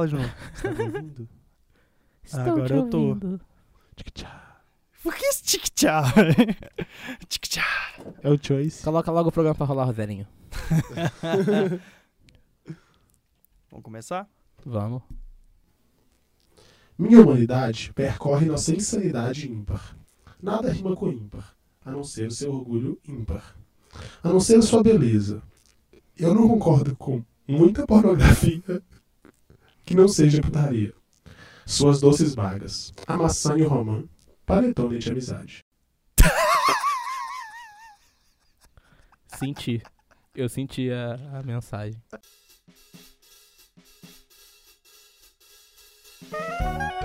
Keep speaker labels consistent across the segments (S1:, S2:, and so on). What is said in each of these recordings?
S1: Fala, João. Você tá me ouvindo?
S2: Estou
S1: Agora
S2: te
S1: eu tô.
S2: ouvindo.
S1: Tic-tchá. Por que esse tic-tchá? velho? Tic-tchá. É o Choice.
S2: Coloca logo o programa pra rolar, velhinho.
S1: Vamos começar?
S2: Vamos.
S3: Minha humanidade percorre nossa insanidade ímpar. Nada rima com ímpar, a não ser o seu orgulho ímpar. A não ser a sua beleza. Eu não concordo com muita pornografia que não seja putaria. Suas doces vagas, a maçã e o romã, paletone de amizade.
S2: Senti. Eu senti a, a mensagem.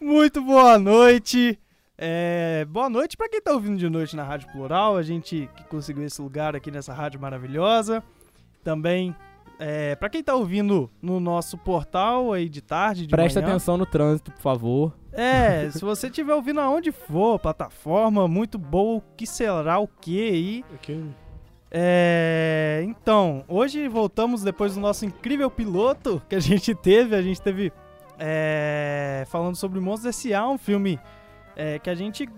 S1: Muito boa noite. É, boa noite pra quem tá ouvindo de noite na Rádio Plural. A gente que conseguiu esse lugar aqui nessa rádio maravilhosa. Também é, pra quem tá ouvindo no nosso portal aí de tarde, de
S2: Presta
S1: manhã.
S2: atenção no trânsito, por favor.
S1: É, se você estiver ouvindo aonde for, plataforma muito boa, o que será o que aí. É, então, hoje voltamos depois do nosso incrível piloto que a gente teve. A gente teve é, falando sobre Monstros S.A., um filme é, que a gente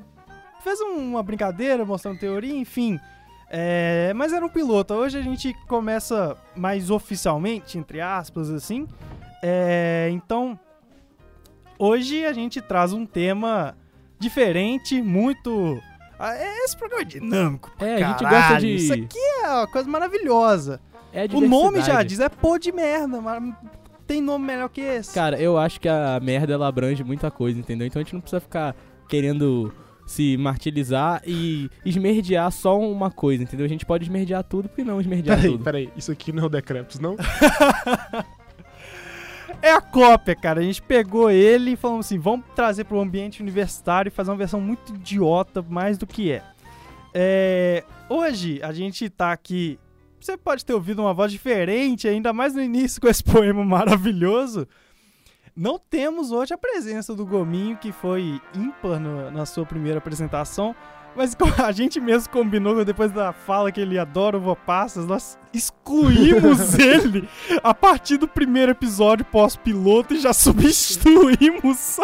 S1: fez um, uma brincadeira, mostrando teoria, enfim. É, mas era um piloto. Hoje a gente começa mais oficialmente, entre aspas, assim. É, então, hoje a gente traz um tema diferente, muito... Ah, é- Esse programa é dinâmico.
S2: É, a gente
S1: Caralho,
S2: gosta de.
S1: Isso aqui é uma coisa maravilhosa.
S2: é
S1: O nome
S2: diversidade.
S1: já diz, é pô de merda, mas tem nome melhor que esse.
S2: Cara, eu acho que a merda ela abrange muita coisa, entendeu? Então a gente não precisa ficar querendo se martirizar e esmerdear só uma coisa, entendeu? A gente pode esmerdear tudo, porque não esmerdear tudo?
S3: peraí, isso aqui não é o Decreptos, não?
S1: É a cópia, cara. A gente pegou ele e falamos assim: vamos trazer pro ambiente universitário e fazer uma versão muito idiota, mais do que é. É, Hoje a gente tá aqui. Você pode ter ouvido uma voz diferente, ainda mais no início com esse poema maravilhoso. Não temos hoje a presença do Gominho, que foi ímpar no- na sua primeira apresentação. Mas co- a gente mesmo combinou depois da fala que ele adora o Passas, nós excluímos ele a partir do primeiro episódio pós-piloto e já substituímos.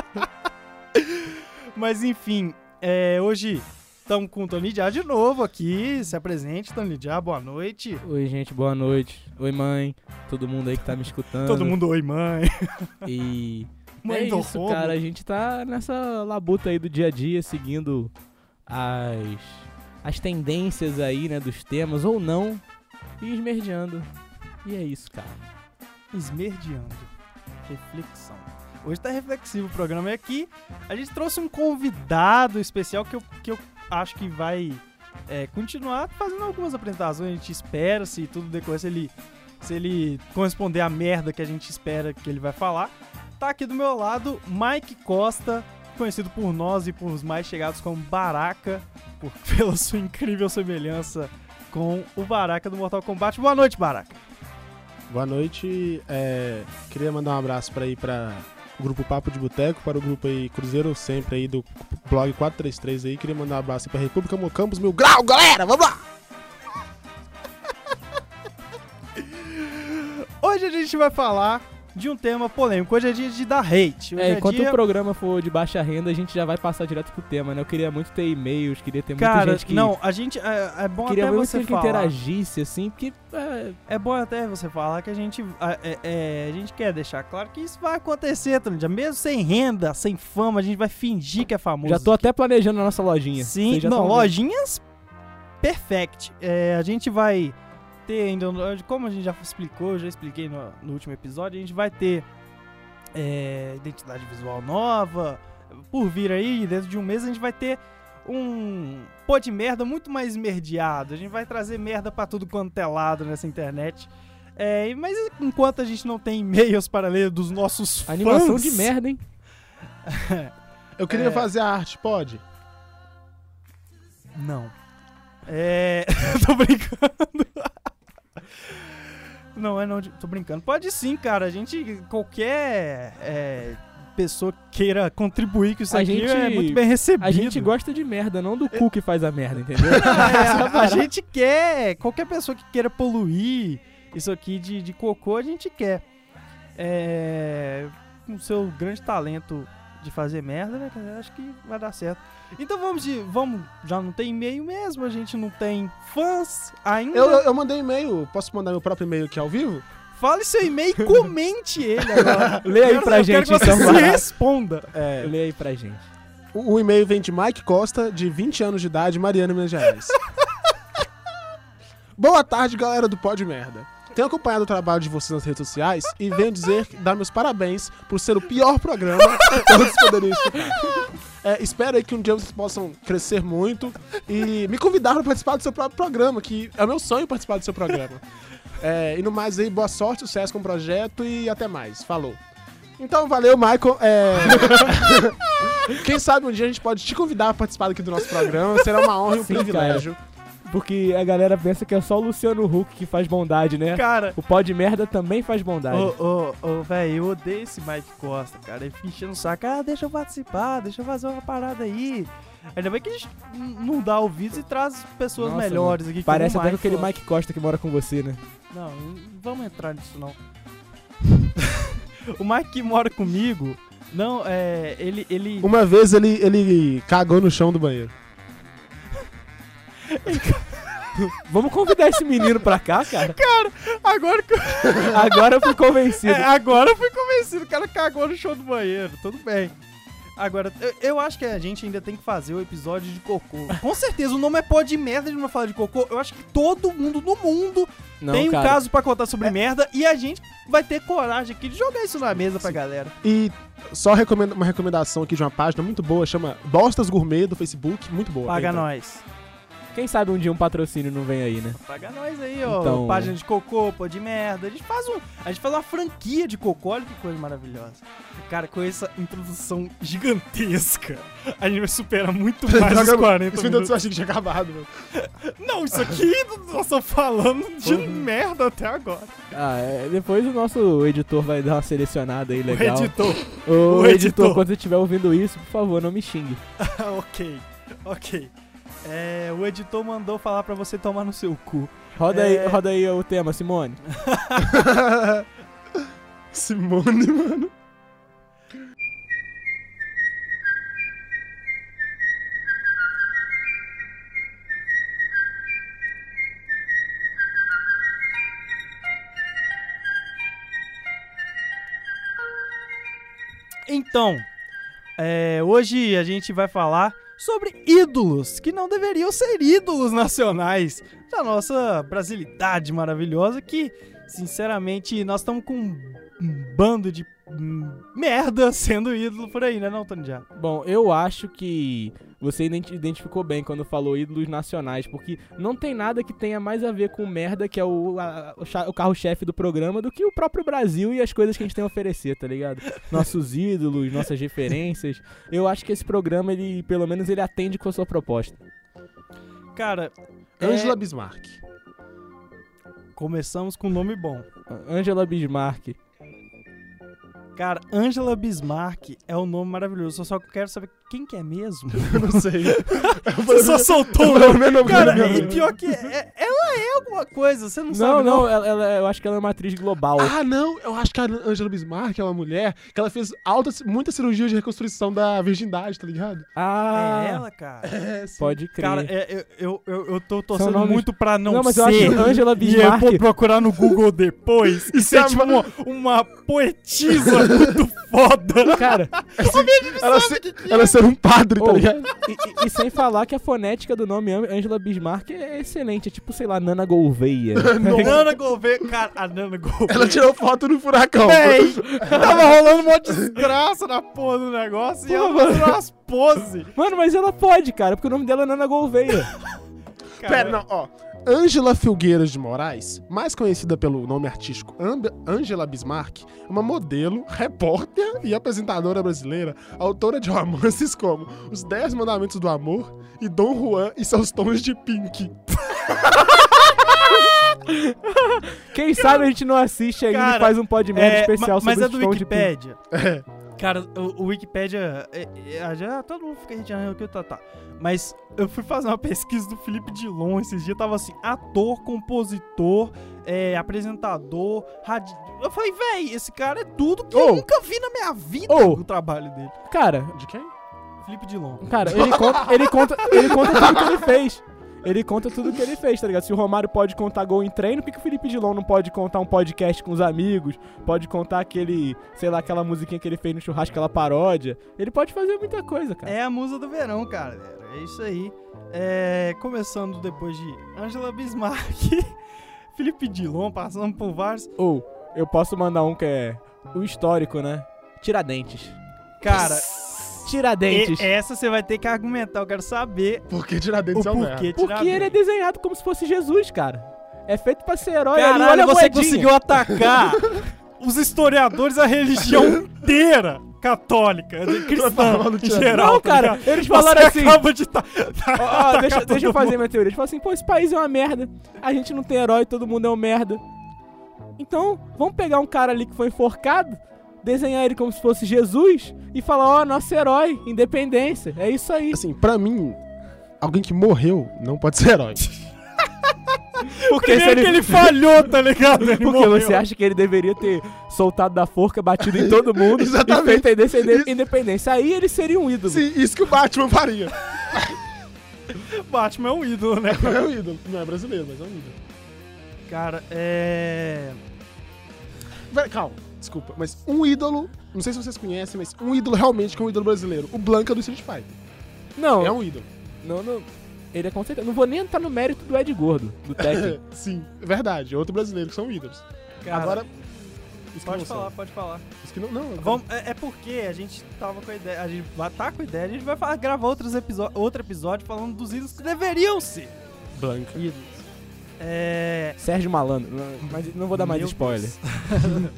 S1: Mas enfim, é, hoje estamos com o Tony Diá de novo aqui. Se apresente, Tony Diá, boa noite.
S2: Oi, gente, boa noite. Oi, mãe. Todo mundo aí que tá me escutando.
S1: Todo mundo, oi, mãe.
S2: E.
S1: Mãe
S2: é
S1: do
S2: isso,
S1: Romo.
S2: cara. A gente tá nessa labuta aí do dia a dia, seguindo as, as tendências aí, né, dos temas, ou não, e esmerdeando. E é isso, cara.
S1: Esmerdeando. Reflexão. Hoje tá reflexivo o programa é aqui. A gente trouxe um convidado especial que eu, que eu acho que vai é, continuar fazendo algumas apresentações. A gente espera se tudo decorrer, se ele, se ele corresponder à merda que a gente espera que ele vai falar. Tá aqui do meu lado Mike Costa, conhecido por nós e por os mais chegados como Baraka, por- pela sua incrível semelhança com o Baraka do Mortal Kombat. Boa noite, Baraka.
S4: Boa noite. é, queria mandar um abraço para aí para o grupo Papo de Boteco, para o grupo aí Cruzeiro Sempre aí do blog 433 aí. Queria mandar um abraço para República Mocampos Mil Grau, galera. Vamos lá.
S1: Hoje a gente vai falar de um tema polêmico. Hoje é dia de dar hate. Hoje
S2: É,
S1: é,
S2: enquanto
S1: dia...
S2: o programa for de baixa renda, a gente já vai passar direto pro tema, né? Eu queria muito ter e-mails, queria ter muita
S1: Cara,
S2: gente que.
S1: não, a gente. É, é bom
S2: queria
S1: até
S2: muito
S1: você
S2: gente que
S1: falar.
S2: interagisse, assim, porque. é,
S1: É bom até você falar que a gente, a, é- é, a gente quer deixar claro que isso vai acontecer, Tândia. Mesmo sem renda, sem fama, a gente vai fingir que é famoso.
S2: já tô até planejando a nossa lojinha.
S1: Sim,
S2: Vocês já
S1: não,
S2: tão
S1: lojinhas perfect. É, a gente vai ter ainda, como a gente já explicou, eu já expliquei no, no último episódio, a gente vai ter é, identidade visual nova. Por vir aí, dentro de um mês, a gente vai ter um pô de merda muito mais merdeado. A gente vai trazer merda pra tudo quanto é lado nessa internet. É, e- mas enquanto a gente não tem e-mails para ler dos nossos
S2: vendo. Animação
S1: fãs,
S2: de merda, hein?
S4: Eu queria
S1: É.
S4: fazer a arte, pode?
S1: Não. É. tô brincando. não, é não. de- Tô brincando. Pode sim, cara. A gente. Qualquer. é, pessoa queira contribuir com isso
S2: A
S1: aqui
S2: gente-
S1: é muito bem recebido.
S2: A gente gosta de merda, não do cu que faz a merda, entendeu?
S1: É, a, a gente quer. Qualquer pessoa que queira poluir isso aqui de, de cocô, a gente quer. É, com seu grande talento de fazer merda, né? cara, Acho que vai dar certo. Então vamos de. Vamos. Já não tem e-mail mesmo, a gente não tem fãs ainda.
S4: Eu, eu, eu mandei e-mail, posso mandar meu próprio e-mail aqui ao vivo?
S1: Fale seu e-mail e comente ele agora.
S2: Lê aí
S1: Eu
S2: pra
S1: quero
S2: gente,
S1: que você
S2: então.
S1: se responda.
S4: É,
S2: Lê aí pra gente.
S4: o, o e-mail vem de Mike Costa, de 20 anos de idade, Mariana, Minas Gerais. Boa tarde, galera do Pod Merda. Tenho acompanhado o trabalho de vocês nas redes sociais e venho dizer, dar meus parabéns por ser o pior programa que todos poderiam escutar. É, espero aí que um dia vocês possam crescer muito e me convidar para participar do seu próprio programa, que é o meu sonho participar do seu programa. É, e no mais aí, boa sorte, sucesso com o projeto e até mais. Falou. Então, valeu, Michael. É, Quem sabe um dia a gente pode te convidar a participar aqui do nosso programa. Será uma honra e um
S2: Sim,
S4: privilégio.
S2: Porque a galera pensa que é só o Luciano Huck que faz bondade, né?
S1: Cara.
S2: O pó de merda também faz bondade.
S1: Ô, ô, ô, velho, eu odeio esse Mike Costa, cara. Ele fica enchendo o saco. Ah, deixa eu participar, deixa eu fazer uma parada aí. Ainda bem que a gente n- não dá ouvidos e traz pessoas
S2: Nossa,
S1: melhores aqui.
S2: Parece
S1: como
S2: até
S1: o
S2: com aquele
S1: Costa.
S2: Mike Costa que mora com você, né?
S1: Não, não vamos entrar nisso não. o Mike que mora comigo, não, é. Ele. ele...
S4: Uma vez ele, ele cagou no chão do banheiro.
S2: Vamos convidar esse menino pra cá, cara?
S1: Agora que eu-
S2: Agora eu fui convencido.
S1: É, agora eu fui convencido. O cara cagou no show do banheiro. Tudo bem. Agora, eu, eu acho que a gente ainda tem que fazer o episódio de cocô. Com certeza, o nome é pó de merda, a gente não vai falar de cocô. Eu acho que todo mundo no mundo
S2: Não,
S1: tem um
S2: cara, É.
S1: caso pra contar sobre merda e a gente vai ter coragem aqui de jogar isso na mesa pra galera.
S4: E só recomendo- uma recomendação aqui de uma página muito boa, chama Bostas Gourmet do Facebook. Muito boa.
S1: Paga
S4: Entra.
S1: nós.
S2: Quem sabe um dia um patrocínio não vem aí, né?
S1: Paga nós aí, ó.
S2: Então-
S1: Página de cocô, pó de merda. A gente faz um. A gente faz uma franquia de cocô, olha que coisa maravilhosa. Cara, com essa introdução gigantesca, a gente vai superar muito mais os
S4: Droga,
S1: 40
S4: Esse
S1: minutos.
S4: minuto eu achei que tinha acabado, mano.
S1: Não, isso aqui nós estamos falando de merda até agora.
S2: Ah, é, depois o nosso editor vai dar uma selecionada aí legal.
S1: O editor.
S2: Ô,
S1: o
S2: editor,
S1: editor.
S2: quando você estiver ouvindo isso, por favor, não me xingue.
S1: Ah, ok, ok. É, o editor mandou falar pra você tomar no seu cu.
S2: Roda,
S1: É.
S2: aí, roda aí o tema, Simone.
S4: Simone, mano.
S1: Então, é, hoje a gente vai falar sobre ídolos que não deveriam ser ídolos nacionais da nossa brasilidade maravilhosa que, sinceramente, nós estamos com um bando de hum, merda sendo ídolo por aí, né não, Tony Já?
S2: Bom, eu acho que você ident- identificou bem quando falou ídolos nacionais, porque não tem nada que tenha mais a ver com merda, que é o, a- o cha- o carro-chefe do programa, do que o próprio Brasil e as coisas que a gente tem a oferecer, tá ligado? Nossos ídolos, nossas referências. Eu acho que esse programa, ele, pelo menos, ele atende com a sua proposta.
S1: Cara, é,
S4: Angela Bismarck.
S1: começamos com um nome bom.
S2: Angela Bismarck.
S1: Cara, Angela Bismarck é um nome maravilhoso. Eu só quero saber quem que é mesmo?
S4: Eu não sei.
S1: Você só soltou. um
S4: Pelo menos-
S1: Cara,
S4: pelo
S1: e
S4: menos-
S1: pior que é- ela é alguma coisa, você não,
S2: Não,
S1: sabe
S2: não, ela, ela- eu acho que ela é uma atriz global.
S4: Ah, não, eu acho que a Angela Bismarck é uma mulher que ela fez alta, muita cirurgia de reconstrução da virgindade, tá ligado?
S2: Ah,
S1: É ela, cara.
S4: É, sim.
S2: pode crer.
S1: Cara, é, eu, eu, eu, eu tô torcendo
S2: nomes-
S1: muito pra não,
S2: não, mas
S1: ser.
S2: eu acho que Angela Bismarck.
S1: E eu vou procurar no Google depois e ser
S4: a
S1: tipo uma, uma poetisa muito foda.
S2: Cara,
S4: Ela, ser, ela ser um padre, tá
S2: Oh.
S4: ligado?
S2: e, e- e sem falar que a fonética do nome An- Angela Bismarck é excelente. É tipo, sei lá, Nana Gouveia. Tá
S1: Nana Gouveia, cara, a Nana Gouveia.
S4: Ela tirou foto no furacão.
S1: Véi, tava rolando uma desgraça na porra do negócio e ela fazendo umas poses.
S2: Mano, mas ela pode, cara, porque o nome dela é Nana Gouveia.
S4: Pera, não, ó. Ângela Filgueiras de Moraes, mais conhecida pelo nome artístico Amb- Ângela Bismarck, é uma modelo, repórter e apresentadora brasileira, autora de romances como Os Dez Mandamentos do Amor e Dom Juan e seus tons de pink.
S2: Quem sabe a gente não assiste ainda
S1: Cara,
S2: e faz um podmédia
S1: É,
S2: especial
S1: ma- mas
S2: sobre
S1: é
S2: os
S1: do
S2: tons de É. pink.
S1: Wikipedia. Cara, o, o Wikipedia. é- é- já, todo mundo fica retirando que eu tá, tá. Mas eu fui fazer uma pesquisa do Felipe Dilon esses dias. Tava assim: ator, compositor, é, apresentador, radi... Eu falei, véi, esse cara é tudo que eu
S2: Oh.
S1: nunca vi na minha vida
S2: Oh.
S1: o trabalho dele.
S2: Cara,
S4: De quem?
S1: Felipe Dilon.
S2: Cara, ele conta, ele conta, ele conta tudo que ele fez. Ele conta tudo que ele fez, tá ligado? Se o Romário pode contar gol em treino, por que que o Felipe Dilon não pode contar um podcast com os amigos? Pode contar aquele, sei lá, aquela musiquinha que ele fez no churrasco, aquela paródia. Ele pode fazer muita coisa, cara.
S1: É a musa do verão, cara. É isso aí. É, começando depois de Angela Bismarck, Felipe Dilon, passando por vários.
S2: Ou, eu posso mandar um que é o histórico, né? Tiradentes.
S1: Cara,
S2: Tiradentes.
S1: e- essa você vai ter que argumentar. Eu quero saber
S4: Porque
S1: o
S4: Tiradentes é um merda.
S1: porquê.
S2: Porque ele é desenhado como se fosse Jesus, cara. É feito pra ser herói ali,
S1: Caralho,
S2: olha a
S1: você
S2: moedinha.
S1: conseguiu atacar os historiadores, a religião inteira católica, de- cristã
S4: falando
S1: em
S4: de
S1: geral.
S2: Não,
S1: tá ligado?
S2: cara, eles
S1: Você
S2: falaram assim...
S1: acaba de tá,
S2: Ó, ó, deixa, deixa eu fazer minha teoria. Eles falam assim, pô, esse país é uma merda. A gente não tem herói, todo mundo é um merda. Então, vamos pegar um cara ali que foi enforcado, desenhar ele como se fosse Jesus e falar, ó, nosso herói, independência. É isso aí.
S4: Assim, pra mim, alguém que morreu não pode ser herói.
S1: Porque ele... que ele falhou, tá ligado? Ele
S2: Porque
S1: morreu.
S2: você é acha que ele deveria ter soltado da forca, batido em todo mundo e
S4: Exatamente.
S2: feito a independe-
S4: Isso.
S2: independência. Aí ele seria um ídolo.
S4: Sim, isso que o Batman faria.
S1: Batman é um ídolo, né?
S4: Não é um ídolo. Não é brasileiro, mas é um ídolo.
S1: Cara, é.
S4: Pera, calma, desculpa. Mas um ídolo, não sei se vocês conhecem, mas um ídolo realmente que é um ídolo brasileiro. O Blanca do Street Fighter.
S2: Não,
S4: É um ídolo.
S2: não, não. Ele é com certeza. Não vou nem entrar no mérito do Ed Gordo, do técnico.
S4: Sim, é verdade. Outro brasileiro que são ídolos.
S1: Cara,
S4: Agora. Isso que
S1: pode
S4: não são.
S1: falar, pode falar.
S4: Isso que não. não
S1: Vamos, é, é porque a gente tava com a ideia, a gente vai tá com a ideia, a gente vai falar- gravar outros episo- outro episódio falando dos ídolos que deveriam ser
S4: Blanca.
S1: ídolos. É.
S2: Sérgio Malandro. Mas não vou dar mais
S1: Meu
S2: spoiler.
S1: Deus.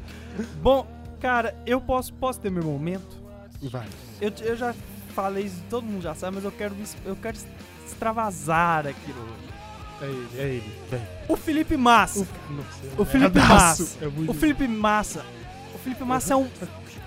S1: Bom, cara, eu posso, posso ter meu momento?
S4: Vai.
S1: Eu, eu já falei isso, todo mundo já sabe, mas eu quero, me es- eu quero es- extravasar aquilo.
S4: É ele, é ele. Vem.
S1: O Felipe Massa.
S4: Nossa, é um
S1: O Felipe
S4: merdaço.
S1: Massa.
S4: É muito
S1: O Felipe Massa. O Felipe Massa é um.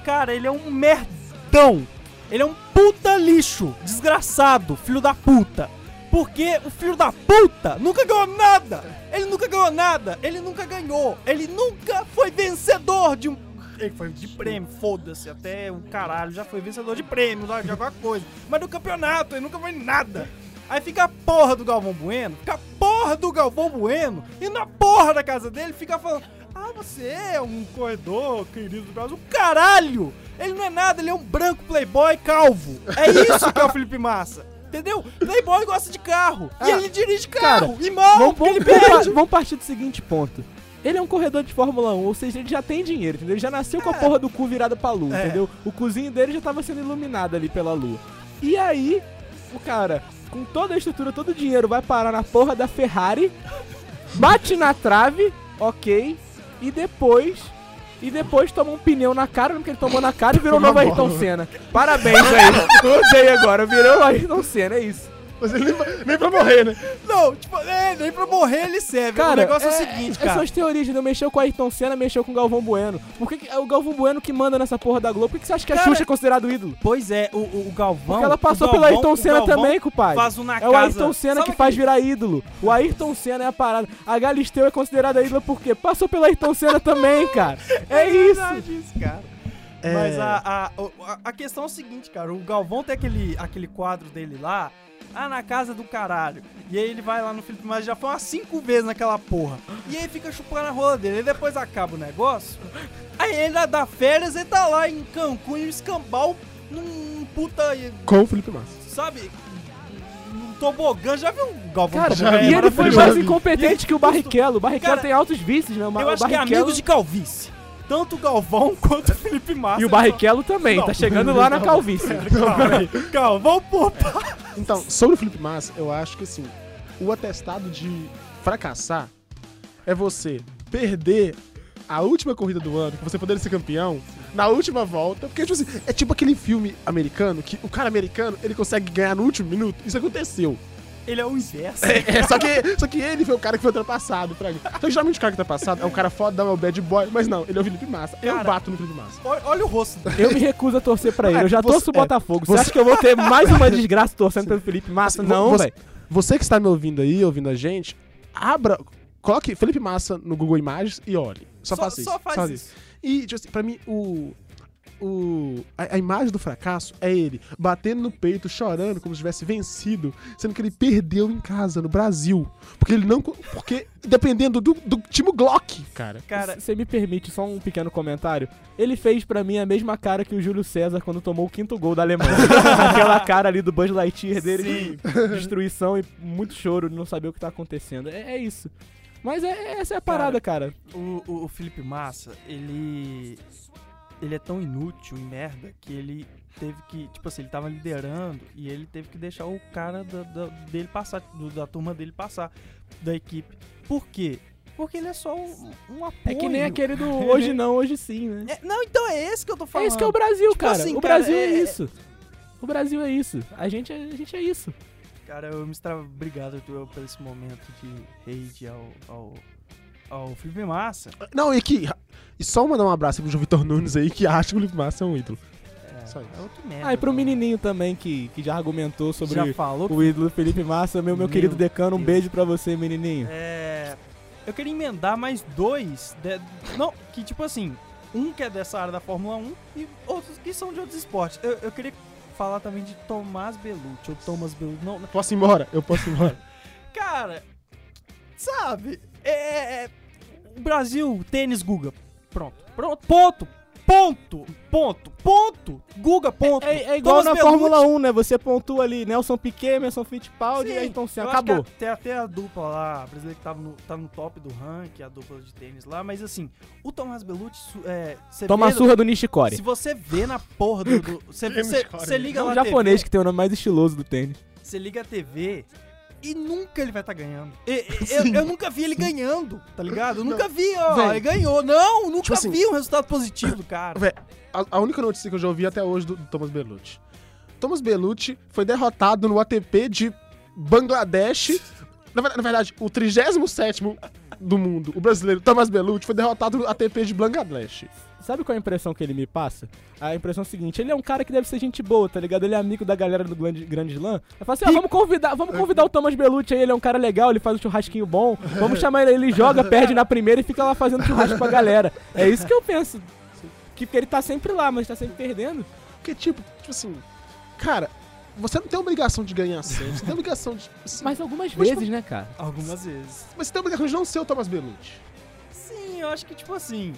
S1: Cara, ele é um merdão. Ele é um puta lixo. Desgraçado, filho da puta. Porque o filho da puta nunca ganhou nada. Ele nunca ganhou nada. Ele nunca ganhou. Ele nunca foi vencedor de um. Ele foi de prêmio, foda-se, até o caralho. Já foi vencedor de prêmio, lá, de alguma coisa. Mas no campeonato, ele nunca foi nada. Aí fica a porra do Galvão Bueno, fica a porra do Galvão Bueno, e na porra da casa dele fica falando: Ah, você é um corredor querido do Brasil. Caralho! Ele não é nada, ele é um branco playboy calvo. É isso que é o Felipe Massa. Entendeu? Playboy gosta de carro. e ele dirige carro. e mal,
S2: Vamos,
S1: porque ele
S2: vamos,
S1: perde.
S2: vamos, vamos partir do seguinte ponto. Ele é um corredor de Fórmula 1, ou seja, ele já tem dinheiro, entendeu? Ele já nasceu com a porra do cu virada pra lua,
S1: É.
S2: entendeu? O cozinho dele já tava sendo iluminado ali pela lua. E aí, o cara, com toda a estrutura, todo o dinheiro, vai parar na porra da Ferrari, bate na trave, ok, e depois. E depois toma um pneu na cara, porque ele tomou na cara e virou o
S4: Toma
S2: novo
S4: bola.
S2: Ayrton Senna. Parabéns aí. Usei agora, virou o Ayrton Senna, é isso.
S4: Mas ele nem, pra- nem pra morrer, né?
S1: Não, tipo, é, nem pra morrer ele serve. o negócio é, o seguinte, cara.
S2: Essas teorias, entendeu? Mexeu com a Ayrton Senna, mexeu com o Galvão Bueno. Por que, que é o Galvão Bueno que manda nessa porra da Globo? Por que, que você acha que a
S1: Cara,
S2: Xuxa é considerado ídolo?
S1: Pois é, o, o o Galvão.
S2: Porque ela passou
S1: o
S2: pela
S1: Galvão-
S2: Ayrton
S1: o
S2: Senna
S1: Galvão
S2: também, compadre.
S1: Faz o na
S2: É o Ayrton Senna
S1: Sabe
S2: que
S1: aquele-
S2: faz virar ídolo. O Ayrton Senna é a parada. A Galisteu é considerada ídola porque passou pela Ayrton Senna também, cara. É isso. É.
S1: verdade isso, cara. Mas a, a, o- a- a questão é o seguinte, cara. O Galvão tem aquele, aquele quadro dele lá, ah, na casa do caralho. E aí ele vai lá no Felipe Mas já foi umas cinco vezes naquela porra. E aí fica chupando a rola dele. Aí depois acaba o negócio. Aí ele lá dá férias e tá lá em Cancún e o escambau num puta.
S4: Com o Felipe Massa.
S1: Sabe? Num tobogã. Já viu o Galvão
S2: Cara,
S1: tobogã?
S2: e ele foi
S4: maravilhoso.
S2: mais
S1: E ele
S2: incompetente que o
S1: custa-
S2: Barrichello. O Barrichello
S1: Cara,
S2: tem altos vícios, né? O
S1: Eu acho que é
S2: Barrichello-
S1: amigos de calvície. Tanto o Galvão quanto o Felipe Massa.
S2: E o
S1: eles são-
S2: Barrichello também,
S1: Não.
S2: tá chegando lá na calvície.
S1: Galvão tá. por
S4: Então, sobre o Felipe Massa, eu acho que assim, o atestado de fracassar é você perder a última corrida do ano, que você poderia ser campeão, na última volta. Porque, tipo assim, é tipo aquele filme americano que o cara americano ele consegue ganhar no último minuto. Isso aconteceu.
S1: Ele é o inverso.
S4: É, só, que, só que ele foi o cara que foi ultrapassado. Pra... Só que geralmente o cara que ultrapassado é um cara fodão, é o bad boy, mas não, ele é o Felipe Massa. Eu
S1: Cara,
S4: bato no Felipe Massa.
S1: Olha, olha o rosto dele.
S2: Eu me recuso a torcer pra ele. Eu já
S4: Você-
S2: torço o
S4: é,
S2: Botafogo. Você
S4: você-
S2: acha que eu vou ter mais uma desgraça torcendo pelo Felipe Massa?
S4: Vo-
S2: Não,
S4: você-
S2: velho.
S4: Você que está me ouvindo aí, ouvindo a gente, abra, coloque Felipe Massa no Google Imagens e olhe. Só, faça isso.
S1: Só faz
S4: só
S1: isso.
S4: E, tipo assim, pra mim, o. O, a, a imagem do fracasso é ele batendo no peito, chorando, como se tivesse vencido, sendo que ele perdeu em casa, no Brasil. Porque ele não. co- Porque, dependendo do, do time Glock, cara.
S1: Cara,
S2: Você me permite só um pequeno comentário? Ele fez pra mim a mesma cara que o Júlio César quando tomou o quinto gol da Alemanha. Aquela cara ali do Buzz Lightyear dele, de destruição e muito choro, não saber o que tá acontecendo. É, é isso. Mas é- é- essa é a parada, cara.
S1: o, o, o Felipe Massa, ele. Ele é tão inútil e merda que ele teve que. Tipo assim, ele tava liderando e ele teve que deixar o cara da, da- dele passar, do- da turma dele passar, da equipe. Por quê? Porque ele é só um, um apoio.
S2: É que nem aquele do hoje não, hoje sim, né?
S1: É, não, então é esse que eu tô
S2: É
S1: falando.
S2: isso que é o Brasil, cara.
S1: assim,
S2: o
S1: cara,
S2: Brasil é,
S1: é- é-
S2: isso. O Brasil é isso. A gente é, a gente é isso.
S1: Cara, eu me estava obrigado por por esse momento de hate ao, ao, ao Felipe Massa.
S4: Não, e que. E só mandar um abraço aí pro João Vitor Nunes aí, que acha que o Felipe Massa é um ídolo.
S1: É,
S4: Só isso.
S1: é outro merda.
S2: Ah, e pro
S1: né?
S2: menininho também que, que já argumentou sobre
S1: Já falou
S2: o ídolo Felipe Massa, meu, meu
S1: Meu
S2: querido decano, um
S1: Deus.
S2: beijo pra você, menininho.
S1: É, eu queria emendar mais dois. de- não, que tipo assim, um que é dessa área da Fórmula 1 e outros que são de outros esportes. Eu, eu queria falar também de Tomás Bellucci, ou Thomas Bellucci. Não, não-
S4: Posso ir embora? Eu posso ir embora.
S1: cara, sabe? É, é- o Brasil, tênis Guga. Pronto, pronto, ponto, ponto, ponto, ponto, Guga, ponto.
S2: É, é igual
S1: Thomas
S2: na
S1: Bellucci.
S2: Fórmula 1, né? Você pontua ali Nelson Piquet, Emerson Fittipaldi
S1: Sim,
S2: e Ayrton Senna.
S1: eu acho que
S2: Acabou.
S1: a- Tem até a dupla lá, a brasileira que tava no, tá no top do ranking, a dupla de tênis lá, mas assim, o Tomás Bellucci, su- é, você
S2: Toma a
S1: vê-
S2: surra do Nishikori.
S1: Se você vê na porra do. do- Você você-
S4: Nishikori.
S1: você liga
S2: É um
S1: lá.
S2: japonês que tem o nome mais estiloso do tênis.
S1: TV, Você liga a TV e nunca ele vai estar ganhando. E- e- eu, eu nunca vi ele ganhando, tá ligado? Eu nunca vi, ó,
S4: Véi.
S1: ele ganhou. Não, nunca
S4: Tipo assim,
S1: vi um resultado positivo do cara.
S4: Véi, a, a única notícia que eu já ouvi até hoje do, do Thomas Bellucci. Thomas Bellucci foi derrotado no ATP de Bangladesh. Na, ver- na verdade, o 37º do mundo, o brasileiro Thomas Bellucci, foi derrotado no ATP de Bangladesh.
S2: Sabe qual é a impressão que ele me passa? A impressão é a seguinte, ele é um cara que deve ser gente boa, tá ligado? Ele é amigo da galera do Grande, grande Slam. Eu falo assim, ah, vamos convidar, vamos convidar o Thomas Bellucci aí, ele é um cara legal, ele faz um churrasquinho bom. Vamos chamar ele, ele joga, perde na primeira e fica lá fazendo churrasco pra galera. É isso que eu penso. Que, que ele tá sempre lá, mas tá sempre perdendo.
S4: Porque, tipo, tipo assim, cara, você não tem obrigação de ganhar sempre, você tem obrigação de. assim, mas,
S2: Mas algumas
S4: Mas,
S2: vezes, né, cara?
S1: Algumas vezes.
S4: você tem obrigação de não ser o Thomas Bellucci.
S1: Sim, eu acho que, tipo assim.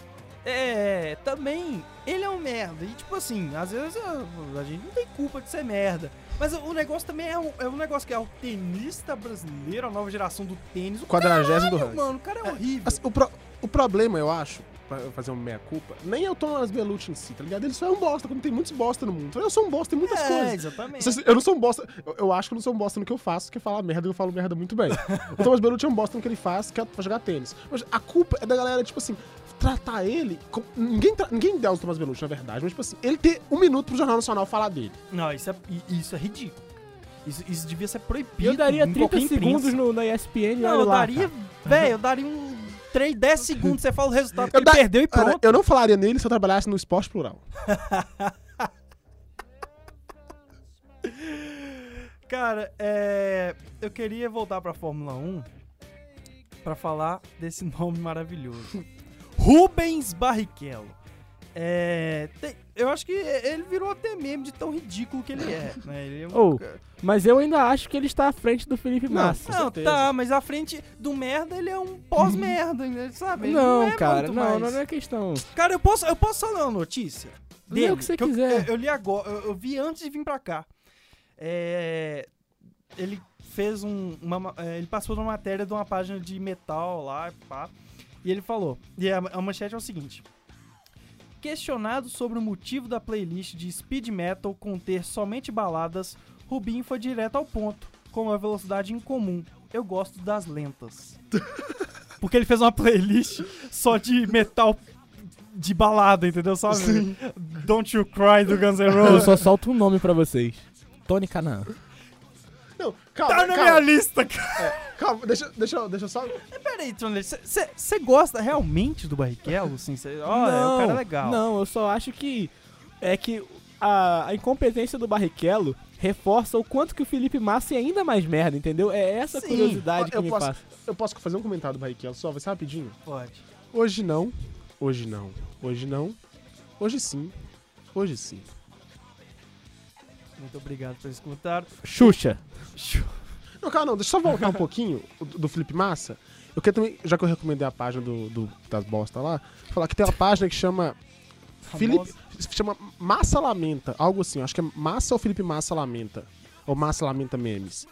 S1: É, também, ele é um merda. E, tipo assim, às vezes a, a gente não tem culpa de ser merda. Mas o, o negócio também é um, é um negócio que é o tenista brasileiro, a nova geração do tênis. O
S4: Quadragésimo do
S1: cara,
S4: ranking.
S1: mano, o cara é horrível.
S4: Assim, o, pro- o problema, eu acho, pra eu fazer uma meia-culpa, nem é o Thomas Bellucci em si, tá ligado? Ele só é um bosta, como tem muitos bosta no mundo. Eu sou um bosta em muitas
S1: é,
S4: coisas.
S1: exatamente.
S4: Se- se- Eu não sou um bosta. Eu, eu acho que eu não sou um bosta no que eu faço, que é falar merda, eu falo merda muito bem. o Thomas Bellucci é um bosta no que ele faz, que é jogar tênis. Mas a culpa é da galera, tipo assim, tratar ele. como- Ninguém, tra... Ninguém deu o Thomas Bellucci, na verdade, mas, tipo assim, ele ter um minuto pro Jornal Nacional falar dele.
S1: Não, isso é, i- isso é ridículo. Isso, isso devia ser proibido.
S2: Eu daria
S1: em
S2: 30
S1: qualquer
S2: segundos
S1: imprensa.
S2: no, na ESPN e
S1: Não,
S2: olha
S1: eu
S2: lá,
S1: daria.
S2: cara.
S1: Velho, eu daria um 3, 10 segundos. Você fala o resultado que
S4: Eu
S1: ele
S4: da-
S1: perdeu e
S4: Cara,
S1: pronto.
S4: eu não falaria nele se eu trabalhasse no esporte plural.
S1: Cara, é, eu queria voltar pra Fórmula 1 pra falar desse nome maravilhoso. Rubens Barrichello. É, tem- eu acho que ele virou até meme de tão ridículo que ele é. Né? Ele é um
S2: Ou,
S1: ca-
S2: Mas eu ainda acho que ele está à frente do Felipe
S4: Não,
S2: Massa.
S1: não,
S4: certeza.
S1: tá, mas à frente do merda ele é um pós-merda, né? sabe? Ele
S2: Não,
S1: é
S2: cara,
S1: muito
S2: não,
S1: mais.
S2: não, não é questão.
S1: Cara, eu posso, eu posso falar uma notícia?
S2: Lê o que você
S1: eu-
S2: quiser.
S1: Eu, eu li agora, eu, eu vi antes de vir pra cá. É, ele fez um. uma ma- é, ele passou uma matéria de uma página de metal lá, pá, e ele falou. E a, a manchete é o seguinte. Questionado sobre o motivo da playlist de speed metal conter somente baladas, Rubinho foi direto ao ponto, com uma velocidade incomum. Eu gosto das lentas. Porque ele fez uma playlist só de metal de balada, entendeu? Sabe? Don't You Cry do Guns N'
S2: Eu
S1: Roses.
S2: só solto um nome pra vocês. Tony Canaan.
S4: Não, calma,
S1: Tá na minha
S4: calma,
S1: lista, cara.
S4: calma, deixa, deixa, eu- deixa eu só.
S1: Peraí, Tronler, você gosta realmente do Barrichello? Sim, cê, ó, é um cara legal.
S2: Não, eu só acho que é que a, a incompetência do Barrichello reforça o quanto que o Felipe Massa é ainda mais merda, entendeu? É essa
S1: Sim.
S2: curiosidade que
S4: eu
S2: me
S4: posso-
S2: passa.
S4: Eu posso fazer um comentário do Barrichello só, vai ser rapidinho.
S1: Pode.
S4: Hoje não, hoje não, hoje não, hoje sim, hoje sim.
S1: Muito obrigado por escutar.
S2: Xuxa.
S4: Não, calma, não, deixa eu só voltar um pouquinho do, do Felipe Massa. Eu quero também, já que eu recomendei a página do, do- das bosta lá, falar que tem uma página que chama. Felipe. se Chama Massa Lamenta, algo assim, eu acho que é Massa ou Felipe Massa Lamenta. Ou Massa Lamenta Memes.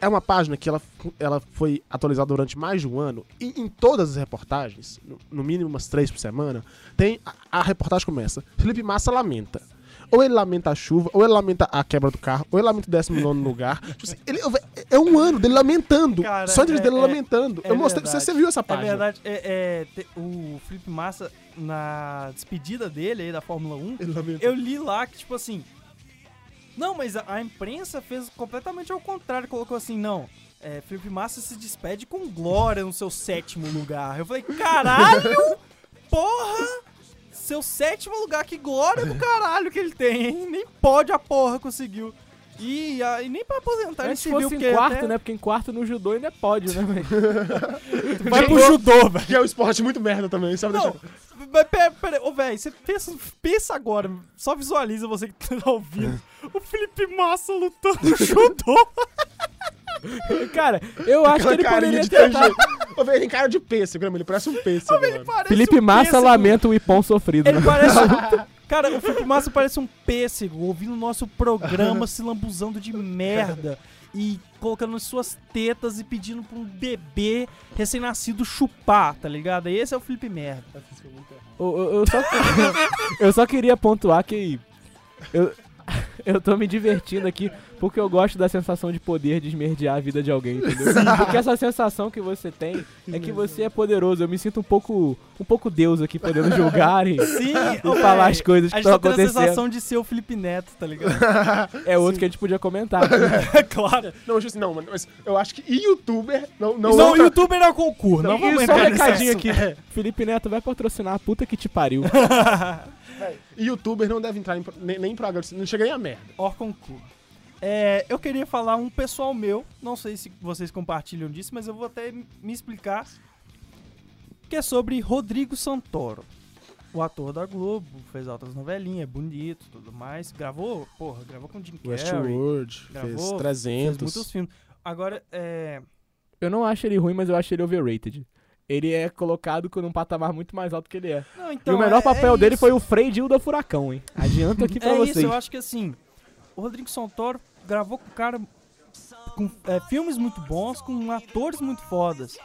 S4: É uma página que ela, ela foi atualizada durante mais de um ano, e em todas as reportagens, no, no mínimo umas três por semana, tem. A, a reportagem começa. Felipe Massa lamenta. Ou ele lamenta a chuva, ou ele lamenta a quebra do carro, ou ele lamenta o 19 lugar. Tipo assim, ele- é um ano dele lamentando.
S1: Cara,
S4: só entrevista
S1: é-
S4: dele
S1: é-
S4: lamentando.
S1: é
S4: Eu mostrei pra você,
S1: verdade.
S4: você viu essa
S1: É
S4: página.
S1: verdade, é, é, te- o Felipe Massa, na despedida dele aí da Fórmula 1,
S4: Ele lamenta.
S1: eu li lá que, tipo assim. Não, mas a, a imprensa fez completamente ao contrário. Colocou assim, não. é, Felipe Massa se despede com glória no seu sétimo lugar. Eu falei, caralho! Porra! Seu sétimo lugar, que glória do caralho que ele tem, hein? Nem pode a porra conseguiu. E, a- e nem pra aposentar ele
S2: Antes
S1: se
S2: fosse
S1: viu, porque
S2: em quarto,
S1: até-
S2: né? Porque em quarto no judô ainda é pódio, né, velho?
S1: Vai pro judô, velho.
S4: Que é um esporte muito merda também, sabe?
S1: Não, mas pera, pera, ô velho, você pensa, pensa agora, só visualiza você que tá ouvindo. O Felipe Massa lutando no judô.
S2: Cara, eu acho que ele poderia ter...
S4: jeito. Ô, velho, Ele tem cara de pêssego, né? Ele parece um pêssego.
S1: Ele
S4: mano.
S1: parece
S2: Felipe
S1: um
S2: Massa
S1: pêssego.
S2: lamenta o Ipom sofrido,
S1: Ele
S2: né?
S1: parece um... Cara, o Felipe Massa parece um pêssego ouvindo o nosso programa se lambuzando de merda e colocando as suas tetas e pedindo pra um bebê recém-nascido chupar, tá ligado? Esse é o Felipe Merda.
S2: Eu, eu- eu só, eu só queria pontuar que eu, eu tô me divertindo aqui porque eu gosto da sensação de poder de esmerdear a vida de alguém, entendeu? Porque essa sensação que você tem é que você é poderoso. Eu me sinto um pouco, um pouco Deus aqui podendo julgar e,
S1: Sim,
S2: e falar as coisas que
S1: A gente
S2: estão
S1: tá tendo a
S2: acontecendo.
S1: sensação de ser o Felipe Neto, tá ligado?
S2: É outro que a gente podia comentar.
S1: É claro.
S4: Não, justo, não, mano, mas eu acho que youtuber não, não,
S2: Então,
S1: Não, não
S4: entra-
S1: youtuber não é concurso. Não,
S2: e
S1: vamos
S2: só um
S1: entrar nesse
S2: recadinho
S1: assunto.
S2: aqui. Felipe Neto vai patrocinar a puta que te pariu.
S4: youtuber não deve entrar em pro- nem, nem em programa, não chega nem a merda.
S1: Orconcu. É, eu queria falar um pessoal meu, não sei se vocês compartilham disso, mas eu vou até me explicar, que é sobre Rodrigo Santoro. O ator da Globo, fez altas novelinhas, é bonito, tudo mais. Gravou, porra, gravou com Jim Carrey, É, gravou, fez
S4: 300.
S1: fez muitos filmes. Agora, é,
S2: Eu não acho ele ruim, mas eu acho ele overrated. Ele é colocado com um patamar muito mais alto que ele é.
S1: não, então,
S2: e o melhor
S1: é-
S2: papel
S1: é
S2: dele
S1: isso.
S2: foi o Frei Dilda Furacão, hein? Adianto aqui pra
S1: É
S2: vocês.
S1: isso, eu acho que assim, o Rodrigo Santoro gravou com cara com é, filmes muito bons, com atores muito fodas.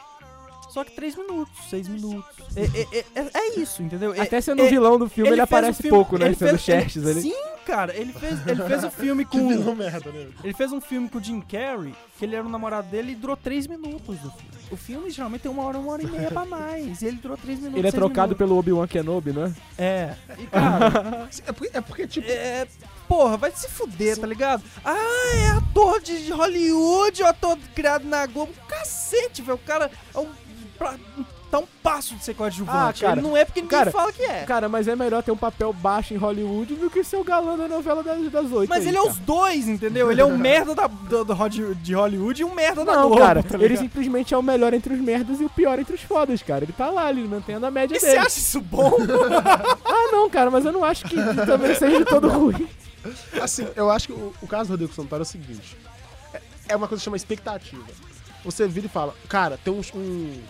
S1: Só que 3 minutos, 6 minutos. É, é- é- é- é isso, entendeu? É-
S2: Até sendo
S1: é-
S2: vilão do filme, ele,
S1: fez
S2: aparece
S1: o filme-
S2: pouco, né?
S1: ele
S2: Sendo
S1: fez-
S2: Xerxes
S1: ele-
S2: ali.
S1: Sim, cara, ele fez, ele fez o filme com.
S4: Não, merda, né?
S1: Ele fez um filme com o Jim Carrey, que ele era o namorado dele e durou 3 minutos do filme. O filme geralmente tem uma hora, uma hora e meia pra mais. E ele durou 3 minutos.
S2: Ele é
S1: seis
S2: trocado
S1: minutos.
S2: pelo Obi-Wan Kenobi, né?
S1: É. E, cara,
S4: É porque, é porque, tipo,
S1: é, porra, vai se fuder, tá ligado? Ah, é ator de Hollywood, ou ator criado na Globo. Cacete, velho. O cara é um, pra- tá um passo de ser coadjuvante.
S2: Ah, cara.
S1: Ele não é porque ninguém
S2: Cara,
S1: fala que é.
S2: Cara, mas é melhor ter um papel baixo em Hollywood do que ser o galã da novela das, das oito.
S1: Mas
S2: aí,
S1: ele é
S2: cara.
S1: os dois, entendeu? Ele é um merda da, do- do Hod- de Hollywood e um merda da
S2: Não,
S1: Globo.
S2: cara,
S1: tá
S2: ele
S1: ligado?
S2: simplesmente é o melhor entre os merdas e o pior entre os fodas, cara. Ele tá lá, ele mantendo a média
S1: E você
S2: dele.
S1: acha isso bom?
S2: Ah, não, cara, mas eu não acho que também seja de todo ruim.
S4: Assim, eu acho que o, o caso do Rodrigo Santoro é o seguinte: é, é uma coisa que chama expectativa. Você vira e fala, cara, tem um, um-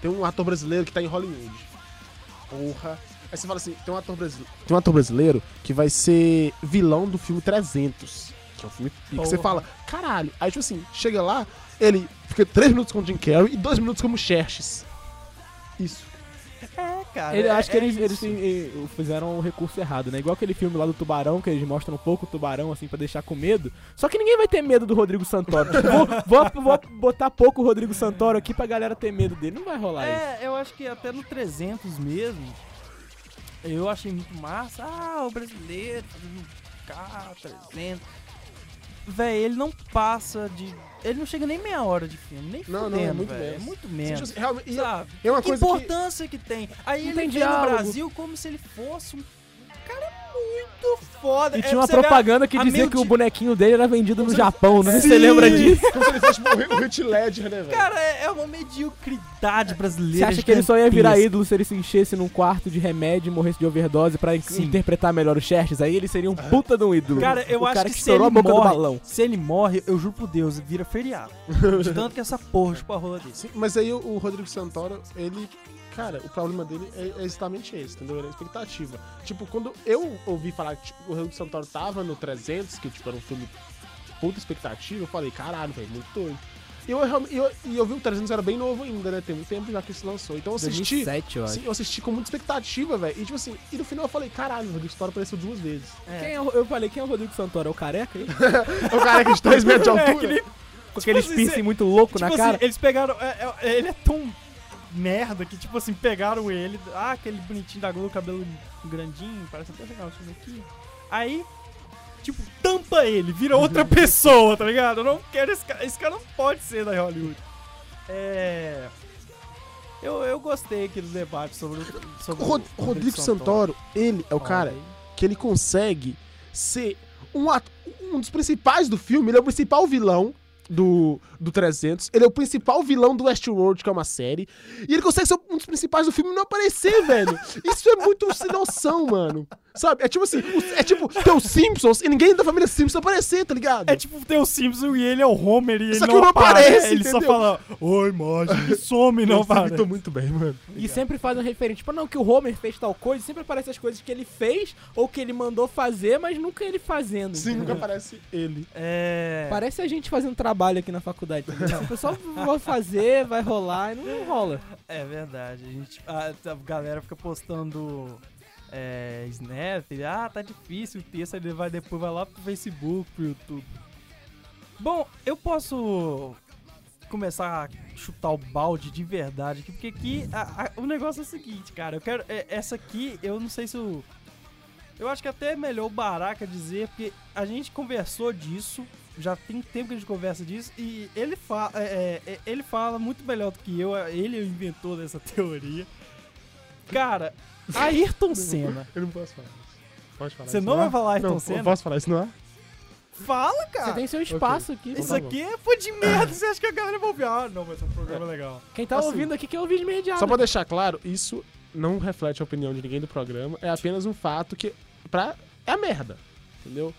S4: tem um ator brasileiro que tá em Hollywood. Porra. Aí você fala assim: tem um ator brasileiro, tem um ator brasileiro que vai ser vilão do filme 300, que é um filme pica. Você
S1: Porra.
S4: fala, caralho. Aí, tipo assim, chega lá, ele fica 3 minutos com o Jim Carrey e 2 minutos como Xerxes. Isso.
S1: É, cara.
S2: Ele,
S1: é-
S2: acho que
S1: é
S2: eles, eles
S1: isso.
S2: eh, eh, fizeram o recurso errado, né? Igual aquele filme lá do tubarão, que eles mostram um pouco o tubarão, assim, pra deixar com medo. Só que ninguém vai ter medo do Rodrigo Santoro. Tipo, vou, vou- vou botar pouco o Rodrigo Santoro aqui pra galera ter medo dele. Não vai rolar isso.
S1: É, eu acho que até no 300 mesmo, eu achei muito massa. Ah, o brasileiro fazendo carro, 300. Véi, ele não passa de... Ele não chega nem meia hora de filme, nem
S4: Não, não, é
S1: fudendo,
S4: muito
S1: véi, É
S4: menos.
S1: muito
S4: Tipo
S1: menos,
S4: assim, realmente, e
S1: sabe?
S4: é uma
S1: Que
S4: coisa que.
S1: importância que... tem. Aí
S2: Não
S1: ele
S2: tem
S1: vem
S2: diálogo.
S1: no Brasil como se ele fosse um cara muito foda.
S2: E
S1: É,
S2: tinha uma
S1: você vê a-
S2: propaganda que
S1: a
S2: dizia
S1: meu
S2: que o
S1: di-
S2: bonequinho dele era vendido no
S1: Como se-
S2: Japão. Não sei se
S1: Sim!
S2: você lembra disso.
S4: Como se ele fosse tipo, o Hit Ledger, né, velho?
S1: Cara, é é uma mediocridade brasileira.
S2: Você acha
S1: é
S2: que ele só ia virar
S1: gigantesca.
S2: ídolo se ele se enchesse num quarto de remédio e morresse de overdose pra in-
S1: Sim. Ah.
S2: interpretar melhor o Xerxes? Aí ele seria um puta de um ídolo.
S1: Cara, eu
S2: o
S1: acho
S2: cara
S1: que
S2: que,
S1: se
S2: estourou a
S1: ele
S2: boca do
S1: morre-
S2: balão.
S1: Se ele morre, eu juro por Deus, vira feriado. De tanto que essa porra chupa a rola desse.
S4: Sim, mas aí o, o Rodrigo Santoro, ele. Cara, o problema dele é é exatamente esse, entendeu? Era a expectativa. Tipo, quando eu ouvi falar que tipo, o Rodrigo Santoro tava no 300, que tipo, era um filme puta expectativa, eu falei, caralho, velho, muito doido. E eu, realme- e eu, e eu vi o 300 era bem novo ainda, né? Tem muito tempo já que se lançou. Então eu assisti.
S2: eu
S4: Sim, eu assisti com muita expectativa, velho. E tipo assim, e no final eu falei, caralho, o Rodrigo Santoro apareceu duas vezes.
S2: Quem é o- eu falei, quem é o Rodrigo Santoro? É o careca? hein?
S4: É o cara É, que de 3 metros de altura.
S2: Com aqueles
S1: assim,
S2: piercing
S1: cê-
S2: muito louco
S1: Tipo
S2: na
S1: assim,
S2: cara.
S1: eles pegaram. é- é- ele é tão merda que, tipo assim, pegaram ele. Ah, aquele bonitinho da Globo, cabelo grandinho, parece até legal isso aqui. Aí, tipo, tampa ele, vira outra pessoa, tá ligado? Eu não quero esse cara. Esse cara não pode ser da Hollywood. É. Eu, eu gostei aqui do debate sobre, o- sobre
S4: O Rod- Rodrigo Santoro, ele é o cara que ele consegue ser um, ato- um dos principais do filme. Ele é o principal vilão do, do 300. Ele é o principal vilão do Westworld, que é uma série. E ele consegue ser um dos principais do filme e não aparecer, velho. Isso é muito sem noção, mano. Sabe? É tipo assim, o- é tipo ter os Simpsons e ninguém da família Simpsons aparecer, tá ligado?
S1: É tipo tem o Simpson e ele é o Homer e ele
S4: Só que
S1: não
S4: não
S1: aparece.
S4: aparece,
S1: ele só
S4: entendeu?
S1: fala, oi, Marge, some, não
S4: Eu
S1: para.
S4: tô muito bem, mano.
S2: E sempre faz um referente. Tipo, não, que o Homer fez tal coisa. Sempre aparecem as coisas que ele fez ou que ele mandou fazer, mas nunca ele fazendo.
S4: Sim,
S2: entendeu?
S4: nunca aparece ele.
S1: É.
S2: Parece a gente fazendo trabalho aqui na faculdade. entendeu? O pessoal vai fazer, vai rolar e não rola.
S1: É verdade. A, gente, a, a galera fica postando é, Snap. Ah, tá difícil o texto. Ele vai depois vai lá pro Facebook, pro YouTube. Bom, eu posso começar a chutar o balde de verdade aqui, porque aqui a- a- o negócio é o seguinte, cara. Eu quero. é- essa aqui, eu não sei se o. Eu acho que até é melhor o Baraka dizer, porque a gente conversou disso, já tem tempo que a gente conversa disso, e ele, fa é, é, é, ele fala muito melhor do que eu, é, ele é o inventor dessa teoria. Cara, Ayrton Senna.
S4: Eu não posso falar isso. Pode falar
S1: Você
S4: isso
S1: não
S4: né? no
S1: vai
S4: ar?
S1: falar Ayrton
S4: Não,
S1: Senna?
S4: eu posso falar isso, não é?
S1: Fala,
S2: Você
S1: cara!
S2: tem seu espaço aqui.
S1: Isso aqui é pô de merda, você acha que a galera vai ouvir? Ah, não, mas é um programa legal.
S2: Quem tá
S4: Assim,
S2: ouvindo aqui quer ouvir esmerdeado.
S4: Só pra deixar claro, isso não reflete a opinião de ninguém do programa, é apenas um fato que pra, é a merda, entendeu?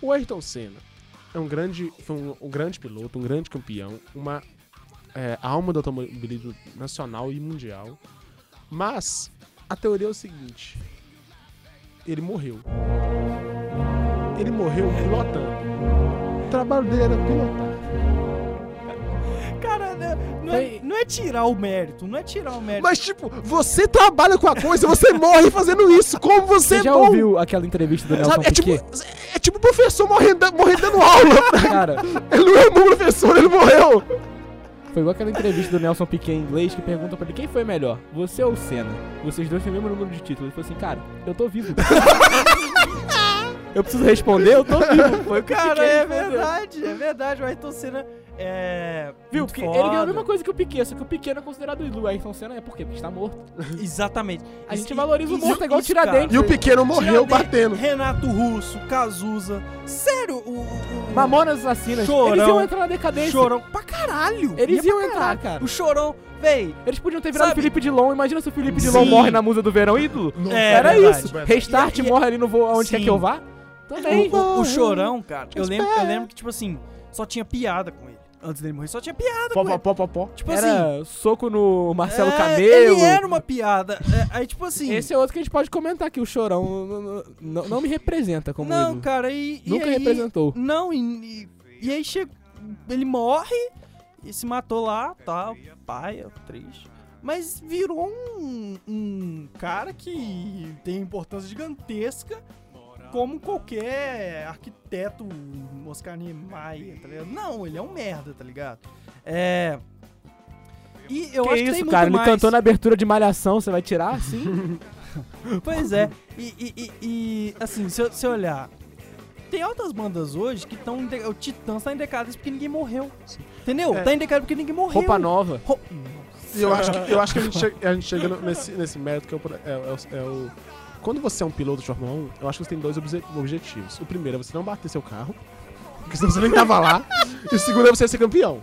S4: O Ayrton Senna é um grande, foi um, um grande piloto, um grande campeão, uma é, alma do automobilismo nacional e mundial, mas a teoria é o seguinte, ele morreu. Ele morreu pilotando. O trabalho dele era pilotar.
S1: Cara, né, não, é,
S2: Foi-
S1: não é tirar o mérito, não é tirar o mérito.
S4: Mas, tipo, você trabalha com a coisa, você morre fazendo isso. Como você,
S2: Você
S4: é
S2: já
S4: bom?
S2: ouviu aquela entrevista do Nelson
S4: Sabe, é tipo,
S2: Piquet?
S4: é tipo o professor morrendo, morrendo dando aula.
S2: Cara,
S4: Ele não é um bom professor, ele morreu.
S2: foi igual aquela entrevista do Nelson Piquet em inglês que pergunta pra ele quem foi melhor, você ou Senna? Vocês dois têm o mesmo número de títulos. Ele falou assim, cara, eu tô vivo. Eu preciso responder, eu tô vivo. Foi o que
S1: Cara,
S2: Piquet
S1: é
S2: respondeu.
S1: verdade, é verdade. O Ayrton Senna é.
S2: Viu?
S1: muito
S2: Porque ele ganhou a
S1: foda.
S2: mesma coisa que o Piquet, só que o Piquet não é considerado ídolo. O Ayrton Senna é por quê? Porque está morto.
S1: Exatamente.
S2: A
S1: Isso-
S2: gente valoriza o
S1: isso-
S2: morto, é igual
S1: isso, cara.
S2: Tiradentes.
S4: E o pequeno morreu
S1: Tiradentes,
S4: batendo.
S1: Renato Russo, Cazuza. Sério, o. o- o-
S2: Mamonas assassinas. Eles
S1: Chorão.
S2: iam entrar na decadência.
S1: Chorão. Pra caralho!
S2: Eles
S1: Ia
S2: iam
S1: pra
S2: entrar,
S1: caralho.
S2: cara.
S1: O Chorão, véi.
S2: Eles podiam ter virado
S1: Sabe-
S2: Felipe Dilon. Imagina se o Felipe
S1: Sim.
S2: Dilon morre na musa do verão ídolo.
S1: É,
S2: Era
S1: verdade.
S2: isso. Restart
S1: E- e-
S2: morre ali no voo aonde quer
S1: Sim.
S2: que eu vá. Também. Tipo
S1: O, o- o Chorão, cara, eu lembro, eu lembro que, tipo assim, só tinha piada com ele. Antes dele morrer, só tinha piada
S4: Pó,
S1: com
S4: pó,
S1: ele.
S4: pó, pó, pó.
S1: Tipo assim.
S2: Era soco no Marcelo
S1: é,
S2: Camelo.
S1: Ele era uma piada. É, aí, tipo assim.
S2: Esse é outro que a gente pode comentar que o Chorão n- n- não, não me representa como
S1: não,
S2: ídolo.
S1: cara, e. e
S2: Nunca
S1: aí-
S2: representou.
S1: Não, e, e- e aí chega. Ele morre e se matou lá, tá? Paia, triste. Mas virou um, um cara que tem importância gigantesca como qualquer arquiteto Oscar Niemeyer, tá ligado? Não, ele é um merda, tá ligado? É... E eu
S2: que
S1: acho que tem
S2: isso,
S1: muito
S2: cara? Ele
S1: mais.
S2: cantou na abertura de Malhação, você vai tirar? Sim.
S1: Pois é. E, e- e- e, assim, se eu, se eu olhar. Tem altas bandas hoje que estão. O Titãs tá em decadência porque ninguém morreu. Entendeu?
S4: É.
S1: Tá em decadência porque ninguém morreu.
S2: Roupa Hum, nova.
S1: Ro-
S4: E eu acho que, eu acho que a, gente chega, a gente chega no- nesse, nesse mérito que é o, pro- é- é o- é o- Quando você é um piloto de Fórmula 1, eu acho que você tem dois obje- objetivos. O primeiro é você não bater seu carro, porque senão você nem tava lá. e o segundo é você ser campeão.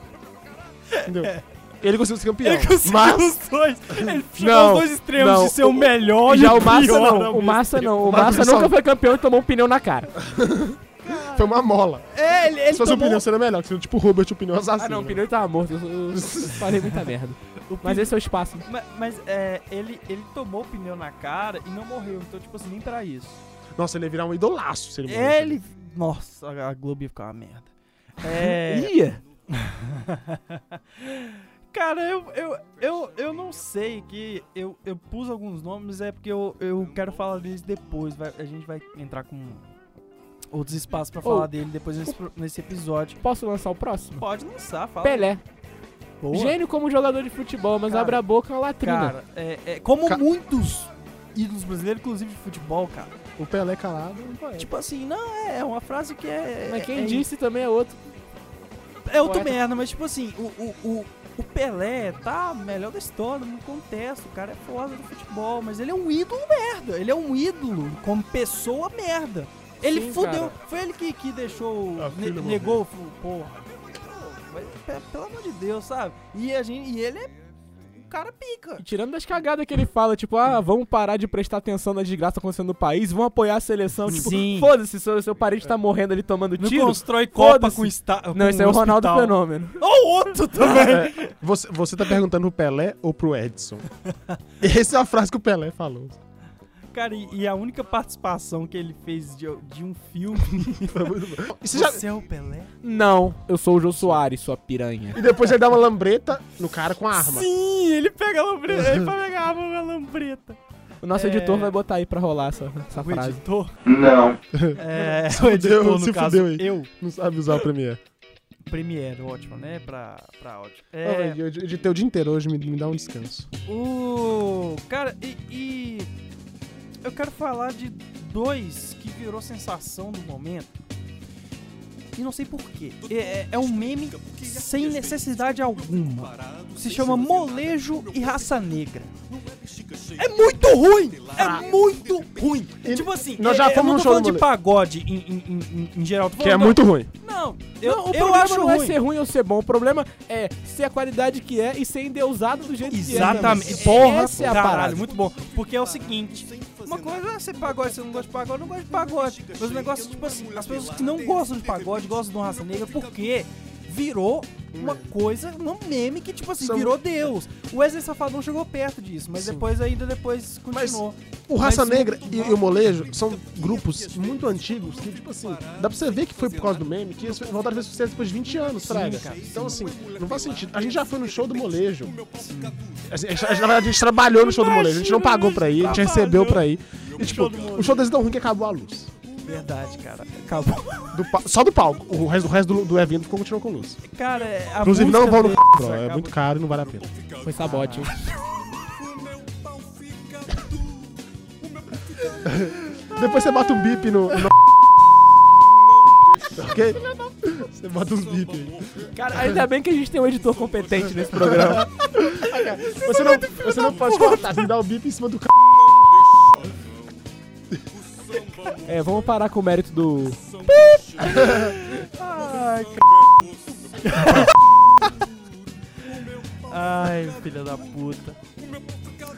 S4: Entendeu? É. Ele conseguiu ser campeão.
S1: Ele conseguiu
S4: mas
S1: os dois. Ele chegou
S4: Não,
S1: aos dois extremos
S4: não.
S1: de ser o melhor e
S2: Já o
S1: o
S2: Massa
S1: pior ao
S2: não. O
S1: mesmo
S2: Massa
S1: tempo.
S2: não. O
S4: Mas
S2: Massa
S4: isso-
S2: nunca foi campeão e tomou um pneu na cara.
S4: foi uma mola.
S1: É, ele, ele
S4: Se fosse um
S1: tomou-
S4: pneu, seria melhor. que seria Tipo o Robert, o pneu assassino.
S2: Ah, não, o
S4: né?
S2: pneu tava morto. Eu, eu- eu falei muita merda. Mas esse é o espaço.
S1: Ma- Mas, é, ele, ele tomou o pneu na cara e não morreu. Então, tipo assim, nem pra isso.
S4: Nossa, ele ia virar um idolaço se ele morresse.
S1: É, Ele. Nossa, a Globo ia ficar uma merda. É.
S2: Ia.
S1: Cara, eu, eu, eu, eu não sei que eu, eu pus alguns nomes, é porque eu, eu quero falar deles depois. vai- a gente vai entrar com outros espaços pra
S2: Ou-
S1: falar dele depois nesse, pro- nesse episódio.
S2: Posso lançar o próximo?
S1: Pode lançar, fala.
S2: Pelé.
S1: Boa.
S2: Gênio como jogador de futebol, mas
S1: Cara,
S2: abre a boca é uma latrina.
S1: Cara, é, é, como
S4: Ca-
S1: muitos ídolos brasileiros, inclusive de futebol, cara.
S4: O Pelé calado. não é.
S1: Tipo assim, não, é, é uma frase que é.
S2: mas quem
S1: é,
S2: disse também é outro.
S1: É outro
S2: Poeta.
S1: merda, mas tipo assim, o, o, o, o Pelé tá melhor da história, não contesta, o cara é foda do futebol, mas ele é um ídolo merda, ele é um ídolo como pessoa merda. Ele
S2: Sim,
S1: fudeu,
S2: cara.
S1: foi ele que, que deixou,
S4: Ah,
S1: o- ne-
S4: filho
S1: negou, fu- porra. Mas, pe- Pelo amor de Deus, sabe? E, a gente, e ele é um cara pica.
S2: E tirando das cagadas que ele fala, tipo, ah, vamos parar de prestar atenção na desgraça acontecendo no país, vamos apoiar a seleção. Tipo,
S1: Sim.
S2: foda-se, seu, seu parente tá morrendo ali tomando tiro.
S1: constrói
S2: Copa com
S1: está
S2: Não, esse é o Ronaldo Fenômeno.
S1: Ou outro também.
S4: É, você, você tá perguntando pro Pelé ou pro Edson? Essa é a frase que o Pelé falou.
S1: Cara, e, e a única participação que ele fez de, de um filme.
S4: Foi muito bom. E, você já-
S1: Você é o Pelé?
S2: Não, eu sou o Jô Soares, sua piranha.
S4: e depois ele dá uma lambreta no cara com a arma.
S1: Sim, ele pega a lambreta. ele vai pegar a arma na lambreta.
S2: O nosso
S1: É.
S2: editor vai botar aí pra rolar essa, essa
S1: O
S2: frase.
S1: editor.
S5: Não.
S1: É,
S4: Se
S1: o
S4: fudeu,
S1: editor, no
S4: se
S1: caso,
S4: fudeu aí.
S1: eu.
S4: Não sabe usar o Premiere.
S1: Premiere, ótimo, né? Pra, pra áudio.
S4: É.
S1: É,
S4: Eu editei o dia inteiro hoje, me, me dá um descanso.
S1: o. Cara, e, e. Eu quero falar de dois que virou sensação do momento. E não sei porquê. É, é um meme sem necessidade alguma. Se chama Molejo e Raça Negra. É muito ruim! É muito ruim!
S4: E
S1: tipo assim,
S4: Ah. nós
S1: eu-
S4: já
S1: eu
S4: fomos
S1: não
S4: no
S1: tô
S4: show do
S1: falando de
S4: Molejo.
S1: pagode em, em, em- em- em geral. Tô
S4: Que é
S1: falando-
S4: muito ruim.
S1: Não, eu,
S2: não, o
S1: eu
S2: problema
S1: acho
S2: não
S1: ruim.
S2: é ser ruim ou ser bom. O problema é ser a qualidade que é e ser endeusado do jeito que é.
S1: Exatamente. Porra,
S2: Porra, Essa é a
S1: caralho,
S2: parada.
S1: muito bom. Porque é o seguinte, uma coisa é ser pagode, você não gosta de pagode, não gosta de pagode. Mas o negócio, tipo assim, as pessoas que não gostam de pagode gostam do Raça Negra porque virou uma coisa, um meme que, tipo assim,
S4: São-
S1: virou Deus. O Wesley Safadão chegou perto disso, mas depois ainda depois continuou.
S4: O Raça
S1: Mas-
S4: Negra e, e o Molejo são grupos muito antigos que, tipo assim, dá pra você ver que foi por causa do meme que eles voltaram a ver sucesso depois de 20 anos, Fraga.
S1: cara,
S4: Então, assim, não faz sentido. A gente já foi no show do Molejo. Assim, a gente- a gente- na verdade, a gente trabalhou no show do Molejo. A gente não pagou pra ir, a gente recebeu pra ir. E, tipo, o show deles é tão ruim que acabou a luz.
S1: Verdade, cara. Acabou.
S4: Do pa- só do palco. O resto, o resto do, do evento ficou continuou com luz.
S1: Cara, é, a
S4: Inclusive, não
S1: música
S4: vão no c,
S1: deles
S4: bro. É
S1: acaba-
S4: muito caro e não vale a pena.
S2: Foi sabote, hein?
S4: Depois você bota um bip no, no ok? Você bota uns bip aí.
S2: Cara, ainda bem que a gente tem um editor competente nesse programa.
S4: Você não, você não pode cortar, tem que dar o bip em cima do c.
S2: É, vamos parar com o mérito do.
S1: Ai, filha da puta.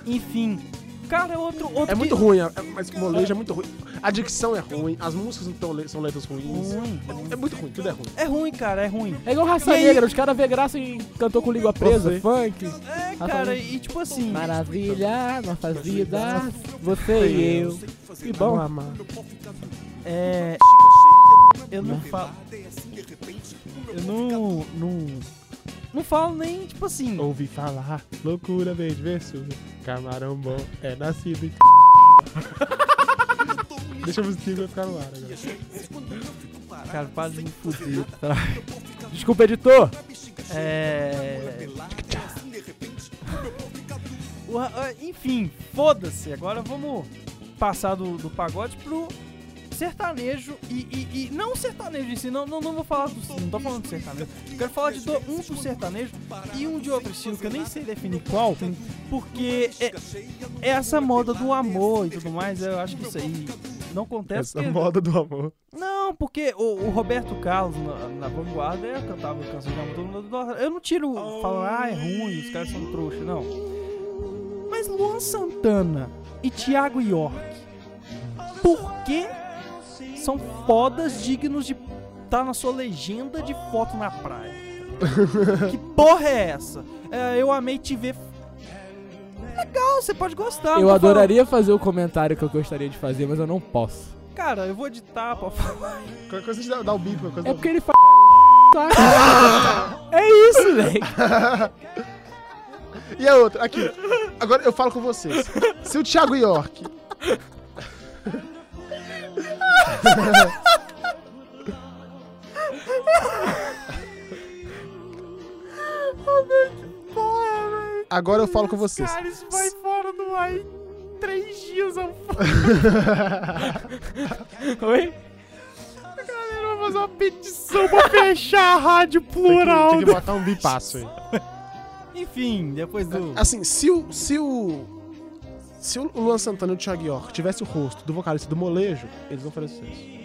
S1: Enfim, cara, outro. outro
S4: É muito
S1: que...
S4: ruim, é- mas o molejo é muito ruim. A dicção é ruim, as músicas não tão le- são letras ruins.
S1: ruim.
S4: É muito ruim, tudo é ruim.
S1: É ruim, cara, é ruim.
S2: É igual raça
S1: E aí?
S2: negra, os caras vê graça e cantou com língua presa,
S4: Você.
S2: funk.
S1: É,
S2: tá
S1: cara,
S2: ruim.
S1: e tipo assim.
S2: Maravilha, nossas vidas, você e eu. Que bom.
S1: É. Eu não é falo. Eu não. Não, não falo nem, tipo assim.
S4: Ouvi falar, loucura vem de versuga. Camarão bom é nascido em c... Deixa a musiquinha que vai ficar no ar agora.
S1: Cara, para de me fuder. tá?
S2: Desculpa, editor.
S1: É. O ra- ah, Enfim, foda-se. Agora vamos passar do, do pagode pro sertanejo e, e- e- não sertanejo em si, não, não, não vou falar do não tô falando de sertanejo. Eu quero falar de do- um do sertanejo e um de outro estilo que eu nem sei definir qual, porque é, é essa moda do amor e tudo mais. Eu acho que isso aí não acontece.
S4: Essa
S1: porque-
S4: moda do amor.
S1: não, porque o, o Roberto Carlos na, na vanguarda eu cantava canção de amor todo mundo. Nossa, eu não tiro falar, ah, é ruim, os caras são trouxa, não. Mas Luan Santana e Thiago York, por que são fodas dignos de estar na sua legenda de foto na praia? que porra é essa? É, eu amei te ver. Legal, você pode gostar. não
S2: Eu
S1: tô
S2: adoraria fazer o comentário que eu gostaria de fazer, mas eu não posso.
S1: falando- Cara, eu vou editar pra falar.
S4: Qualquer coisa a gente dá, dá o bico, qualquer coisa
S2: É porque ele fala. É isso, velho.
S4: E a outra, aqui. Agora eu falo com vocês. Se o Thiago York. Agora eu falo com vocês.
S1: Cara, isso vai fora do ar em três dias. Eu
S2: Oi?
S1: vou fazer uma petição pra fechar a rádio plural.
S4: Tem que botar um bipasso aí.
S1: Enfim, depois do.
S2: Tá
S4: Assim, se o. Se o. Se o Luan Santana e o Thiago York tivesse o rosto do vocalista do molejo, eles vão fazer sucesso.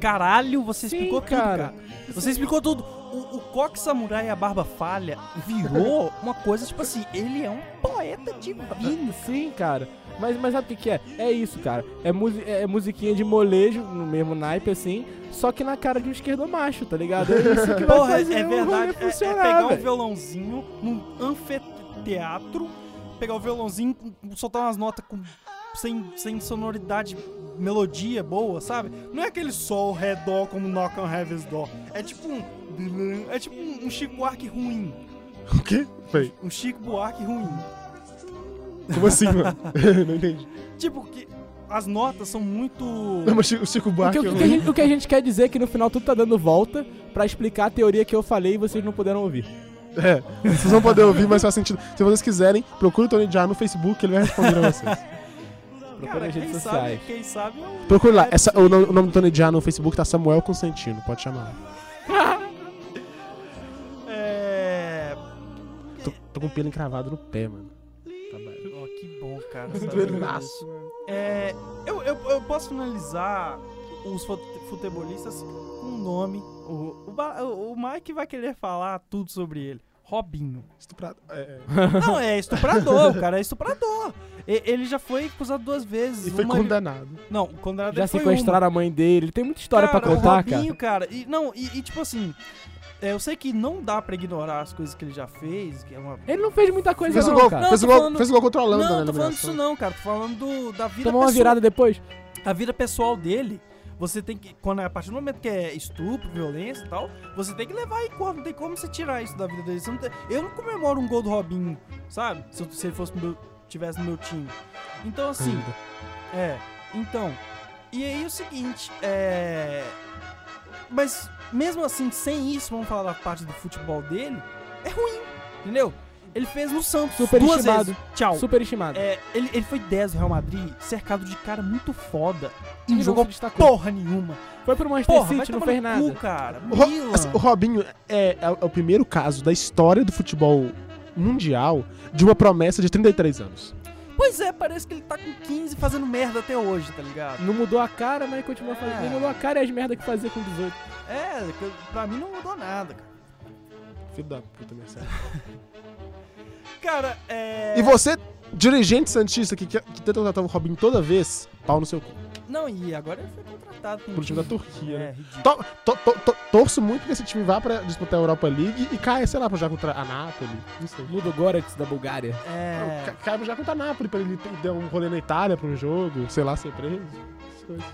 S1: Caralho, você
S2: Sim,
S1: explicou
S2: cara.
S1: tudo, cara. Você explicou tudo. O, o coque samurai e a barba falha virou uma coisa, tipo assim, ele é um poeta de vida.
S2: Sim, Sim, cara. Mas, mas sabe o que, que é? É isso, cara. É, musi é musiquinha de molejo, no mesmo naipe, assim, só que na cara de um esquerdo macho, tá ligado? É isso que vai
S1: Porra, é
S2: fazer o rolê
S1: verdade. É, é
S2: funcionar,
S1: pegar um
S2: velho.
S1: violãozinho num anfiteatro, pegar o violãozinho, com- soltar umas notas com, sem, sem sonoridade, melodia boa, sabe? Não é aquele sol, ré, dó, como Knock on Heaven's Door. É tipo um. É tipo um, um Chico Buarque ruim.
S4: O quê? Peraí,
S1: Um Chico Buarque ruim.
S4: como assim, mano? Não entendi.
S1: Tipo, que as notas são muito.
S4: Não, mas o Chico
S2: O
S4: Buarque
S2: que,
S4: é
S2: o
S4: um-
S2: que a gente, o que a gente quer dizer é que no final tudo tá dando volta pra explicar a teoria que eu falei e vocês não puderam ouvir.
S4: É, vocês vão poder ouvir, mas faz sentido. Se vocês quiserem, procure o Tony Jaa no Facebook, ele vai responder a vocês.
S2: Procura
S1: Cara,
S2: nas
S1: quem
S2: redes
S1: sabe,
S2: sociais.
S1: quem sabe é um.
S4: Procure lá. Essa- o, nome, o nome do Tony Jaa no Facebook tá Samuel Constantino, pode chamar.
S1: É.
S4: Tô, tô com o pelo encravado no pé, mano. Tá bom.
S1: Ó, que bom, cara. saber disso.
S4: Doelaço.
S1: É, eu, eu, eu posso finalizar os fute- futebolistas com um nome. O, o, Ba- o Mike vai querer falar tudo sobre ele. Robinho.
S4: Estuprado. É, é.
S1: Não, é estuprador, o cara é estuprador. E- ele já foi acusado duas vezes.
S4: E foi
S1: uma-
S4: condenado.
S1: Não, condenado
S2: Já
S1: ele foi
S2: sequestraram a mãe dele, tem muita história pra
S1: o
S2: contar, cara.
S1: Robinho, cara. e, não, e, e tipo assim, é, eu sei que não dá pra ignorar as coisas que ele já fez, que é uma
S2: Ele não fez muita coisa,
S4: Fez o
S2: não,
S4: gol,
S2: cara.
S1: Não,
S4: fez o
S1: tô
S4: gol,
S1: falando-
S4: fez o gol contra a Holanda né, na
S1: não, tô falando
S4: eliminação.
S1: disso não, cara. Tô falando do- da vida
S2: Tomou uma
S1: pessoal-
S2: virada depois.
S1: a vida pessoal dele, você tem que. Quando, a partir do momento que é estupro, violência e tal, você tem que levar em conta. Não tem como você tirar isso da vida dele. Você não tem- eu não comemoro um gol do Robinho, sabe? Se, eu- se ele fosse no meu, tivesse no meu time. Então, assim. É. Então. E aí é o seguinte, é. Mas mesmo assim, sem isso, vamos falar da parte do futebol dele, é ruim, entendeu? Ele fez no Santos. duas
S2: Superestimado.
S1: vezes. Tchau.
S2: Superestimado.
S1: É, ele, ele foi 10 do Real Madrid, cercado de cara muito foda. E
S2: Ele
S1: não
S2: não
S1: jogou
S2: se destacou.
S1: porra nenhuma.
S2: Foi pro Manchester
S1: Porra, vai
S2: City, não
S1: tomar
S2: fez
S1: no
S2: nada.
S1: cu, cara.
S4: O, Ro-
S1: Milan.
S4: assim, o Robinho é, é- é o primeiro caso da história do futebol mundial de uma promessa de 33 anos.
S1: Pois é, parece que ele tá com 15 fazendo merda até hoje, tá ligado?
S2: Não mudou a cara, mas continua fazendo.
S1: É.
S2: Não mudou a cara e as merda que fazia com 18.
S1: É, que pra mim não mudou nada, cara.
S4: Filho da puta, Marcelo.
S1: Cara, é.
S4: E você, dirigente Santista, que, que, que tenta contratar o Robinho toda vez, pau no seu cu.
S1: Não, e agora ele foi contratado pro
S4: Pro time da Turquia, né?
S1: É, ridículo.
S4: To- to- to- to- torço muito que esse time vá pra disputar a Europa League e caia, sei lá, pra já contra a Nápoles. Não sei.
S2: Ludo Goretz da Bulgária.
S1: É.
S4: Ca- Caia pra já contra a Nápoles, pra ele ter- dar um rolê na Itália pra um jogo, sei lá, ser preso. essas coisas.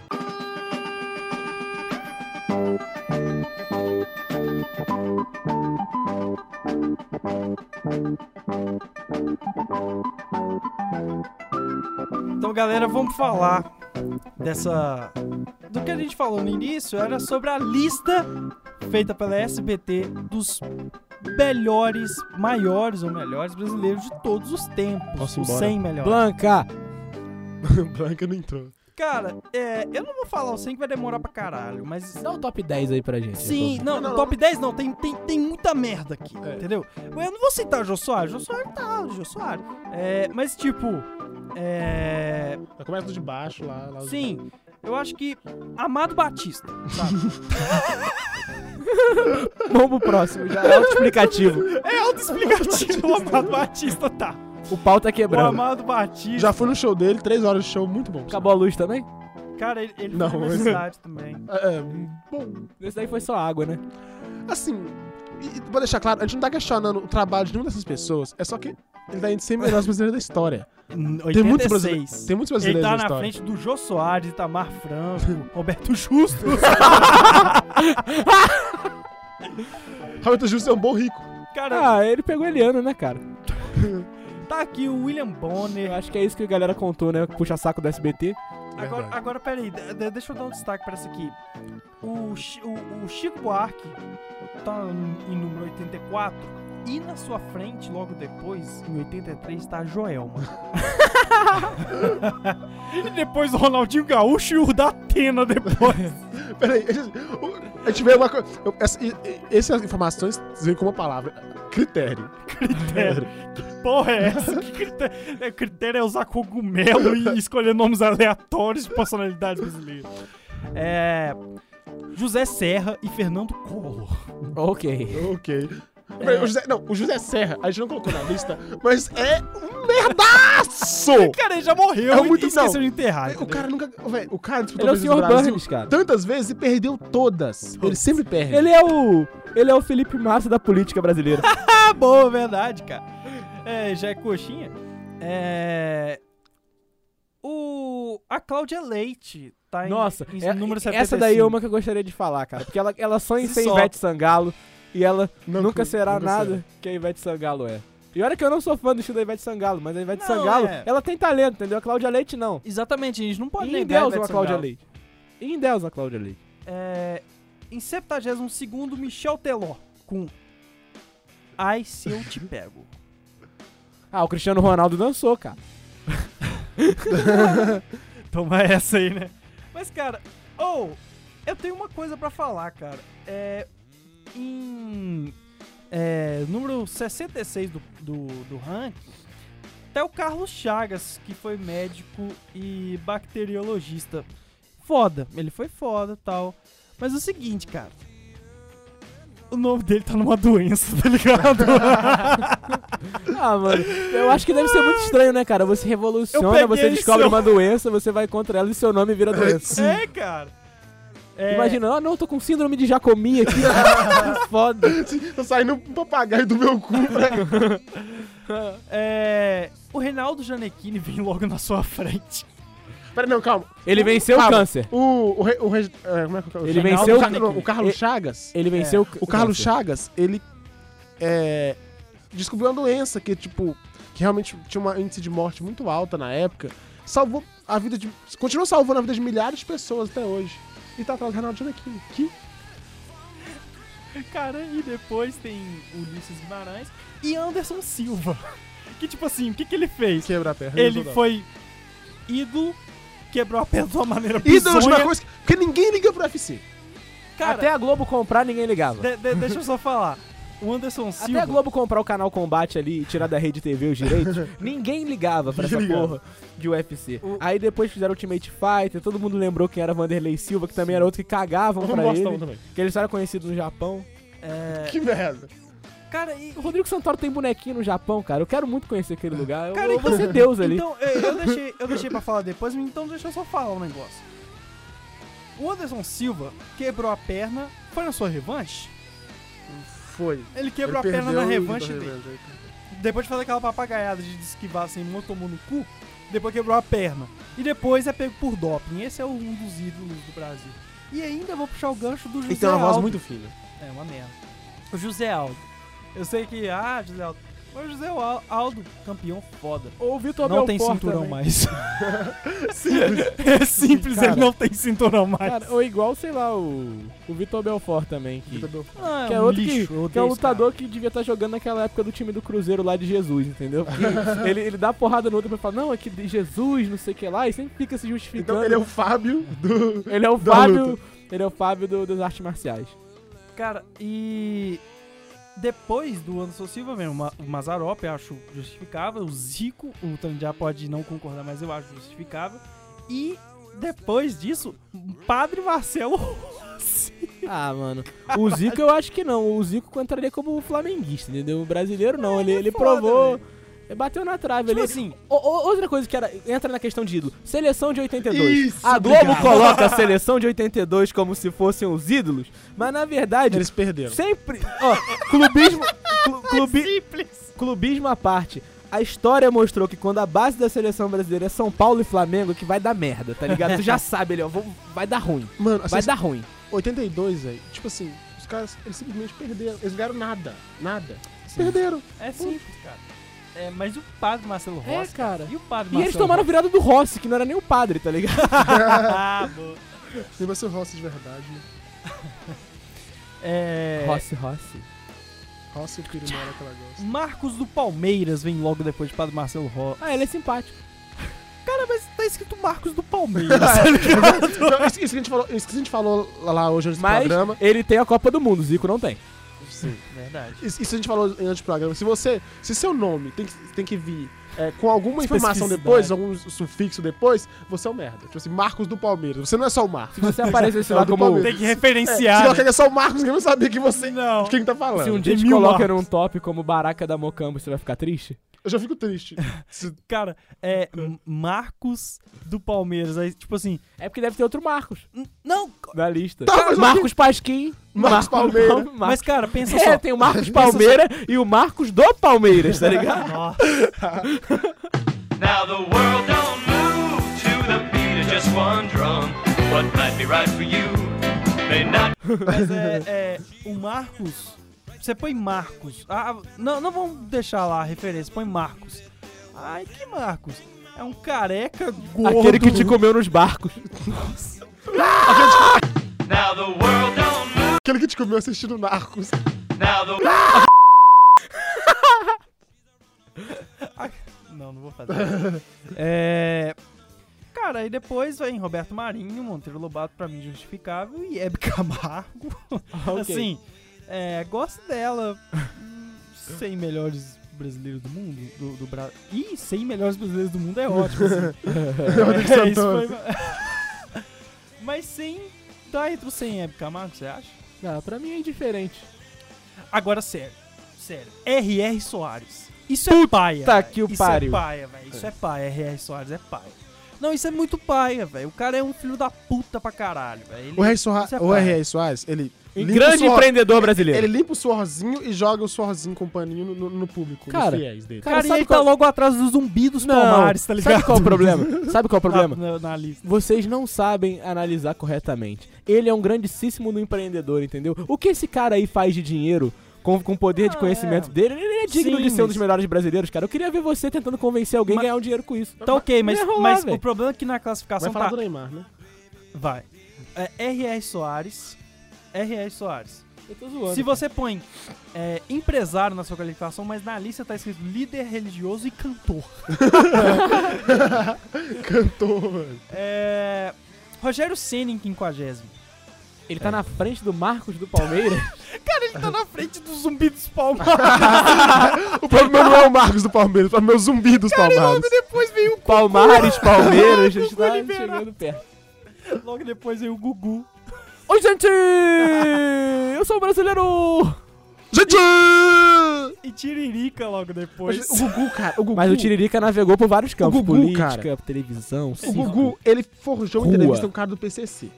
S1: Então, galera, vamos falar dessa. Do que a gente falou no início era sobre a lista feita pela SBT dos melhores, maiores ou melhores brasileiros de todos os tempos.
S4: Posso ir
S1: os
S4: embora?
S1: 100 melhores.
S2: Blanca!
S4: Blanca não entrou.
S1: Cara, é, eu não vou falar o 100 que vai demorar pra caralho, mas.
S2: Dá o top 10 aí pra gente.
S1: Sim, não,
S4: Não, não,
S1: top 10 não, tem, tem, tem muita merda aqui,
S4: É.
S1: entendeu? Eu não vou citar o Jô Soares, Jô Soares tá, Jô Soares. É, mas tipo, é,
S4: Mas Começa do de baixo lá. lá os-
S1: Sim, eu acho que Amado Batista, sabe?
S2: Vamos pro próximo, já é auto-explicativo.
S1: é autoexplicativo, o Amado Batista tá.
S2: O pau tá
S1: O
S2: quebrando.
S1: Amado Batista,
S4: Já fui no show dele, três horas de show, muito bom.
S2: Acabou a luz também?
S1: cara, ele, ele
S4: Não,
S1: foi na
S4: mas-
S1: universidade também.
S4: É, é, bom,
S2: Esse daí foi só água, né?
S4: assim, e- e vou deixar claro, a gente não tá questionando o trabalho de nenhuma dessas pessoas, é só que ele tá entre 100 melhores brasileiros da história. Tem muitos brasileiros, tem muitos
S1: Ele
S4: brasileiros
S1: tá
S4: na
S1: na
S4: história.
S1: frente do Jô Soares, Itamar Franco, Roberto Justo.
S4: Roberto Justo é um bom rico.
S1: Cara,
S2: Ah, ele pegou Eliana, né, cara?
S4: Ah.
S1: tá aqui o William
S2: Eu
S1: Bonner.
S2: acho que é isso que a galera contou, né? Puxa saco do SBT.
S1: Agora,
S4: Verdade.
S1: agora peraí, de- de- deixa eu dar um destaque pra essa aqui. O, Chi- o, o Chico Buarque tá em número 84 e na sua frente, logo depois, em 83, tá a Joelma. e depois o Ronaldinho Gaúcho e o da Atena depois.
S4: Peraí, a gente- o- a gente vê uma coisa. eu- essa- e- e- Essas informações vêm com uma palavra: critério.
S1: critério. Que porra é essa? Que critério? É, critério é usar cogumelo e escolher nomes aleatórios de personalidades brasileiras. É. José Serra e Fernando Collor.
S2: Ok.
S4: ok. Peraí,
S1: É.
S4: o José, não, o José Serra, a gente não colocou na lista, mas é um merdaço!
S1: Cara, ele já morreu
S4: É
S1: e
S4: muito-
S1: esqueceu
S4: não.
S1: de enterrar.
S4: O cara nunca. Véi, o cara disputou
S2: Ele é o
S4: a presidência
S2: senhor
S4: do Brasil
S2: Burns, cara.
S4: tantas vezes e perdeu todas. Ele sempre perde.
S2: Ele é o. Ele é o Felipe Massa da política brasileira.
S1: Tá bom, verdade, cara. É, já é coxinha. É. O. A Cláudia Leite tá em,
S2: Nossa,
S1: em
S2: é-
S1: número 75.
S2: essa daí é uma que eu gostaria de falar, cara. Porque ela, ela sonha em
S1: Se
S2: ser
S1: solta.
S2: Ivete Sangalo e ela
S4: Não,
S2: nunca será
S4: nunca
S2: nada
S4: será.
S2: que a Ivete Sangalo é. E olha que eu não sou fã do estilo da Ivete Sangalo, mas a Ivete
S1: Não,
S2: Sangalo,
S1: é.
S2: ela tem talento, entendeu? A Cláudia Leite não.
S1: Exatamente, a gente não pode
S2: E em
S1: negar.
S2: Deus
S1: Ivete
S2: uma Cláudia
S1: Sangalo.
S2: Leite. E em Deus uma Cláudia Leite.
S1: É, em 72 Michel Teló com Ai se eu te pego.
S2: Ah, o Cristiano Ronaldo dançou, cara.
S1: Toma essa aí, né? Mas cara, ou eu tenho uma coisa pra falar, cara. É em é, número 66 do do, do ranking, até o Carlos Chagas, que foi médico e bacteriologista. Foda, ele foi foda, tal. Mas é o seguinte, cara, o nome dele tá numa doença, tá ligado?
S2: Ah, mano, eu acho que deve ser muito estranho, né, cara? Você
S1: Eu
S2: revoluciona,
S1: peguei
S2: você descobre
S1: seu-
S2: uma doença, você vai contra ela e seu nome vira doença.
S1: É, cara. É,
S2: Imagina, ah, não, eu tô com síndrome de Jacomi aqui. Que Foda.
S4: Eu saí no um papagaio do meu cu.
S1: é, o Reinaldo Janequini vem logo na sua frente.
S4: Peraí, não, calma.
S2: Ele venceu o
S4: Calma.
S2: câncer.
S4: O. o, re- o re- é, como é que é? o
S2: Ele
S4: Chagas?
S2: venceu
S4: o, Ca-
S2: o-
S4: não, o Carlos
S2: e-
S4: Chagas.
S2: Ele venceu o, c-
S4: O Carlos
S2: câncer.
S4: Chagas, ele. É, descobriu uma doença que, tipo. Que realmente tinha um índice de morte muito alta na época. Salvou a vida de. Continua salvando a vida de milhares de pessoas até hoje. E tá atrás do Reinaldo Gianecchini. Que
S1: Cara, e depois tem Ulisses Guimarães e Anderson Silva. Que tipo assim, o que, que ele fez?
S4: Quebra a perna.
S1: Ele
S4: toda hora.
S1: foi ídolo, quebrou a perna de uma maneira
S4: Ídolos de uma
S1: bizonha.
S4: coisa. Porque ninguém liga pro UFC.
S1: Cara,
S2: Até a Globo comprar, ninguém ligava.
S1: de- de- deixa eu só falar. O Anderson
S2: Até
S1: Silva.
S2: a Globo comprar o canal Combate ali e tirar da rede TV os direitos, ninguém ligava pra essa
S4: Ninguém ligava.
S2: porra de UFC.
S1: O-
S2: Aí depois fizeram Ultimate Fighter, todo mundo lembrou quem era Vanderlei Silva, que também era outro que cagavam pra
S4: gostar
S2: ele,
S4: também.
S2: que eles eram conhecidos no Japão.
S1: é,
S4: Que merda.
S1: Cara, e
S2: O Rodrigo Santoro tem bonequinho no Japão, cara. Eu quero muito conhecer aquele lugar. Eu,
S1: Cara, é
S2: eu vou ser Deus ali.
S1: Então, é, eu deixei, eu deixei pra falar depois, mas então deixa eu só falar um negócio. O Anderson Silva quebrou a perna, foi na sua revanche?
S4: Foi.
S1: Ele quebrou
S4: Ele
S1: a perna
S4: perdeu
S1: na
S4: e
S1: revanche
S4: na
S1: dele.
S4: revanche.
S1: Depois de fazer aquela papagaiada de esquivar sem mão, tomou no cu, depois quebrou a perna. E depois é pego por doping. Esse é um dos ídolos do Brasil. E ainda vou puxar o gancho do José
S4: Ele tem uma voz
S1: Aldo.
S4: muito fina.
S1: É, uma merda. O José Aldo. Eu sei que, ah, José Aldo. Mas o José Al- Aldo, campeão foda.
S2: Ou o Vitor
S1: não tem
S2: Belfort
S1: cinturão
S2: também.
S1: mais. É simples,
S2: Cara.
S1: ele não tem cinturão mais.
S2: Cara, ou igual, sei lá, o, o Vitor Belfort também, que,
S1: Ah,
S2: que é
S1: um
S2: outro
S1: lixo, eu
S2: que, que é
S1: odeio
S2: um
S1: esse cara.
S2: lutador que devia estar jogando naquela época do time do Cruzeiro lá de Jesus, entendeu? Porque ele, ele dá porrada no outro e fala, não, é que de Jesus, não sei o que lá, e sempre fica se justificando.
S4: Então ele é o Fábio do.
S2: Ele é o
S4: da
S2: Fábio,
S4: luta.
S2: ele é o Fábio do- das artes marciais.
S1: Cara, e depois do Anderson Silva mesmo, ma- o Mazarop eu acho justificável, o Zico, o Tanjá pode não concordar, mas eu acho justificável. E depois disso, o Padre Marcelo Rossi.
S2: Ah, mano. O Zico eu acho que não. O Zico entraria como flamenguista, entendeu? O brasileiro não. É, Ele, ele
S1: foda,
S2: provou. Ele bateu na trave
S1: Tipo
S2: ali.
S1: assim,
S2: O- o- outra coisa que era, entra na questão de ídolo. Seleção de 82.
S4: Isso,
S2: a Globo
S4: obrigado.
S2: coloca a seleção de 82 como se fossem os ídolos, mas na verdade,
S4: Eles perderam.
S2: sempre. Ó, clubismo. clu- clubi- Clubismo à parte. A história mostrou que quando a base da seleção brasileira é São Paulo e Flamengo, que vai dar merda, tá ligado? tu já sabe ali, ó. vou- vai dar ruim.
S4: Mano,
S2: Vai
S4: assim,
S2: dar ruim.
S4: 82, velho. Tipo assim, os caras, eles simplesmente perderam. Eles ganharam nada. Nada. Perderam.
S1: é simples, cara. É, mas o Padre Marcelo
S2: É,
S1: Rossi.
S2: cara.
S1: E o Padre
S2: E eles
S1: Marcelo
S2: tomaram virada do Rossi, que não era nem o padre, tá ligado?
S1: Ah, boa.
S4: Ele vai ser o Rossi de verdade. né?
S1: É,
S2: Rossi, Rossi.
S4: Rossi eu queria morar que ela gosta.
S1: Marcos do Palmeiras vem logo depois de Padre Marcelo Rossi.
S2: Ah, ele é simpático.
S1: Cara, mas tá escrito Marcos do Palmeiras.
S4: Não, isso, isso que a gente falou, isso que a gente falou lá hoje antes do
S2: Mas
S4: programa.
S2: ele tem a Copa do Mundo, o Zico não tem.
S4: Sim.
S2: É.
S1: Verdade.
S4: Isso, isso a gente falou antes do programa. Se você. Se seu nome tem que, tem que vir é, com alguma informação
S1: Especificidade.
S4: depois, algum sufixo depois, você é um merda. Tipo assim, Marcos do Palmeiras. Você não é só o Marcos.
S2: Se você aparecesse
S4: É,
S2: lá
S4: do
S2: como.
S4: Palmeiras.
S1: Tem que
S4: É, se
S1: referenciar.
S4: colocar ele é só o Marcos, ninguém vai saber que você.
S1: Não.
S4: De quem que tá falando.
S2: Se um dia
S1: Tem
S2: te
S1: mil
S2: coloca
S1: marcos.
S2: num top como Baraca da Mocambo, você vai ficar triste?
S4: Eu já fico triste. Se-
S1: Cara, é
S2: Hum.
S1: M- Marcos do Palmeiras. Aí, tipo assim.
S2: É porque deve ter outro Marcos
S1: n- Não! co-
S2: na lista.
S4: Tá, mas
S2: Marcos Pasquim.
S4: Marcos Palmeira.
S2: Palme- Marcos-
S1: Mas, cara, pensa
S2: É,
S1: só.
S2: tem o Marcos Palmeira e o Marcos do Palmeiras, tá ligado?
S1: Nossa,
S5: Now the world don't move to the beat of just one drum. What might be right for you may not.
S1: mas
S2: um.
S1: é, é, O Marcos. Você põe Marcos. Ah, não, não vamos deixar lá a referência. Põe Marcos. Ai, que Marcos? É um careca gordo.
S2: Aquele que te comeu nos barcos.
S5: Now the world don't move.
S4: Aquele que te comeu assistindo Narcos.
S5: Now the
S1: Não, não vou fazer. é. Cara, aí depois vem Roberto Marinho, Monteiro Lobato, pra mim, justificável, e Hebe Camargo. Assim, é, gosto dela. Hum, 100 melhores brasileiros do mundo. Do, do Bra... Ih, 100 melhores brasileiros do mundo é ótimo. Assim. é, isso foi... Mas 100. Tá entre os 100 Hebe Camargo, você acha?
S2: Não, pra mim é indiferente.
S1: Agora, sério. Sério. R.R. Soares. Isso é paia.
S2: Puta
S1: velho.
S2: que o
S1: isso
S2: pariu.
S1: é paia, velho. Isso é paia. R.R. Soares é paia. Não, isso é muito paia, velho. O cara é um filho da puta pra caralho, velho. Ele- é
S4: O R.R. Soares,
S1: Isso é
S4: o
S1: paia.
S4: R.R. Soares, ele.
S2: Um
S4: limpa
S2: grande
S4: o suor-
S2: empreendedor brasileiro.
S4: Ele limpa o suorzinho e joga o suorzinho com o paninho no, no- no público. nos
S2: Cara,
S4: fiéis dele.
S1: Cara,
S2: Cara,
S1: e
S2: sabe
S1: ele
S2: qual-
S1: tá logo atrás do zumbi dos
S2: Não,
S1: palmares, tá ligado?
S2: Sabe qual é o problema? Sabe qual é o problema?
S1: Na, na lista.
S2: Vocês não sabem analisar corretamente. Ele é um grandíssimo do empreendedor, entendeu? O que esse cara aí faz de dinheiro com, com o poder de
S1: Ah,
S2: conhecimento
S1: é.
S2: dele, ele é digno
S1: Sim,
S2: de ser um
S1: mas-
S2: dos melhores brasileiros, cara. Eu queria ver você tentando convencer alguém a
S1: Mas-
S2: ganhar um dinheiro com isso.
S1: Tá ok, mas,
S2: Não ia rolar,
S1: mas
S2: velho.
S1: o problema é que na
S4: Vai
S1: classificação
S4: falar
S1: tá...
S4: do Neymar, né?
S1: Vai. É, R.R. Soares. R.R. Soares.
S2: Eu tô zoando.
S1: Se você põe é, empresário na sua qualificação, mas na lista tá escrito líder religioso e cantor.
S4: Cantou, mano.
S1: É, Rogério Senna em 50.
S2: Ele tá na frente do Marcos do Palmeiras.
S1: Cara, ele tá na frente do zumbi dos palmares.
S4: O problema não é o Marcos do Palmeiras, o problema é o zumbi dos
S1: Cara, e logo
S4: Palmares.
S1: depois veio o
S2: Palmares, Palmeiras, a gente
S1: Gugu
S2: tá
S1: liberado.
S2: chegando perto.
S1: Logo depois veio o Gugu.
S2: Oi, gente! Eu sou brasileiro!
S4: Gente!
S1: E Tiririca logo depois.
S4: O Gugu, cara, o Gugu.
S2: Mas o Tiririca navegou por vários campos.
S4: Gugu,
S2: Política,
S4: cara.
S2: televisão,
S4: O
S2: circo.
S4: Gugu, ele forjou uma
S2: Rua.
S4: entrevista com o cara do PCC.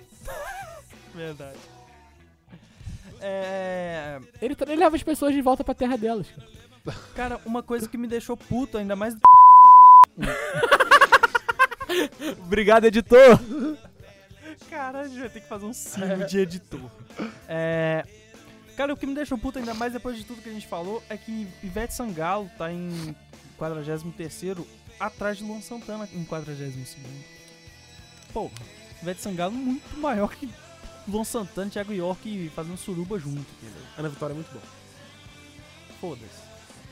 S1: Verdade. É,
S2: Ele, tra- ele leva as pessoas de volta pra terra delas. cara.
S1: cara, uma coisa que me deixou puto, ainda mais
S2: Obrigado, editor!
S1: Cara, a gente vai ter que fazer um sino de editor. É. Cara, o que me deixou puto ainda mais depois de tudo que a gente falou é que Ivete Sangalo tá em 43 atrás de Luan Santana em 42. Pô, Ivete Sangalo muito maior que Luan Santana, Thiago York fazendo suruba junto, entendeu?
S4: Ana Vitória é muito boa.
S1: Foda-se.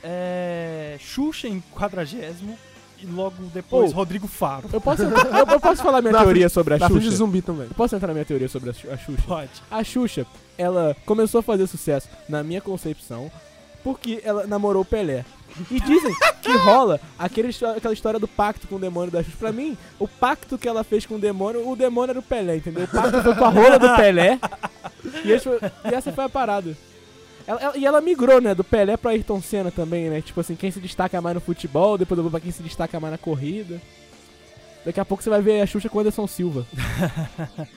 S1: É. Xuxa em 40 e logo depois
S4: Oh.
S2: Pô.
S1: Rodrigo Faro.
S2: Eu posso, eu, eu posso falar minha
S4: Na
S2: teoria sobre a
S4: Na frente Tá de
S2: Xuxa?
S4: zumbi também.
S2: Eu posso entrar na minha teoria sobre a Xu- a Xuxa?
S1: Pode.
S2: A Xuxa, ela começou a fazer sucesso, na minha concepção, porque ela namorou o Pelé. E dizem que rola aquele, histó- aquela história do pacto com o demônio da Xuxa. Pra mim, o pacto que ela fez com o demônio, o demônio era o Pelé, entendeu? O pacto foi com a rola do Pelé. E, esse foi- e essa foi a parada. Ela- ela- e ela migrou, né, do Pelé pra Ayrton Senna também, né? Tipo assim, quem se destaca mais no futebol, depois eu vou pra quem se destaca mais na corrida. Daqui a pouco você vai ver a Xuxa com o Anderson Silva. Pode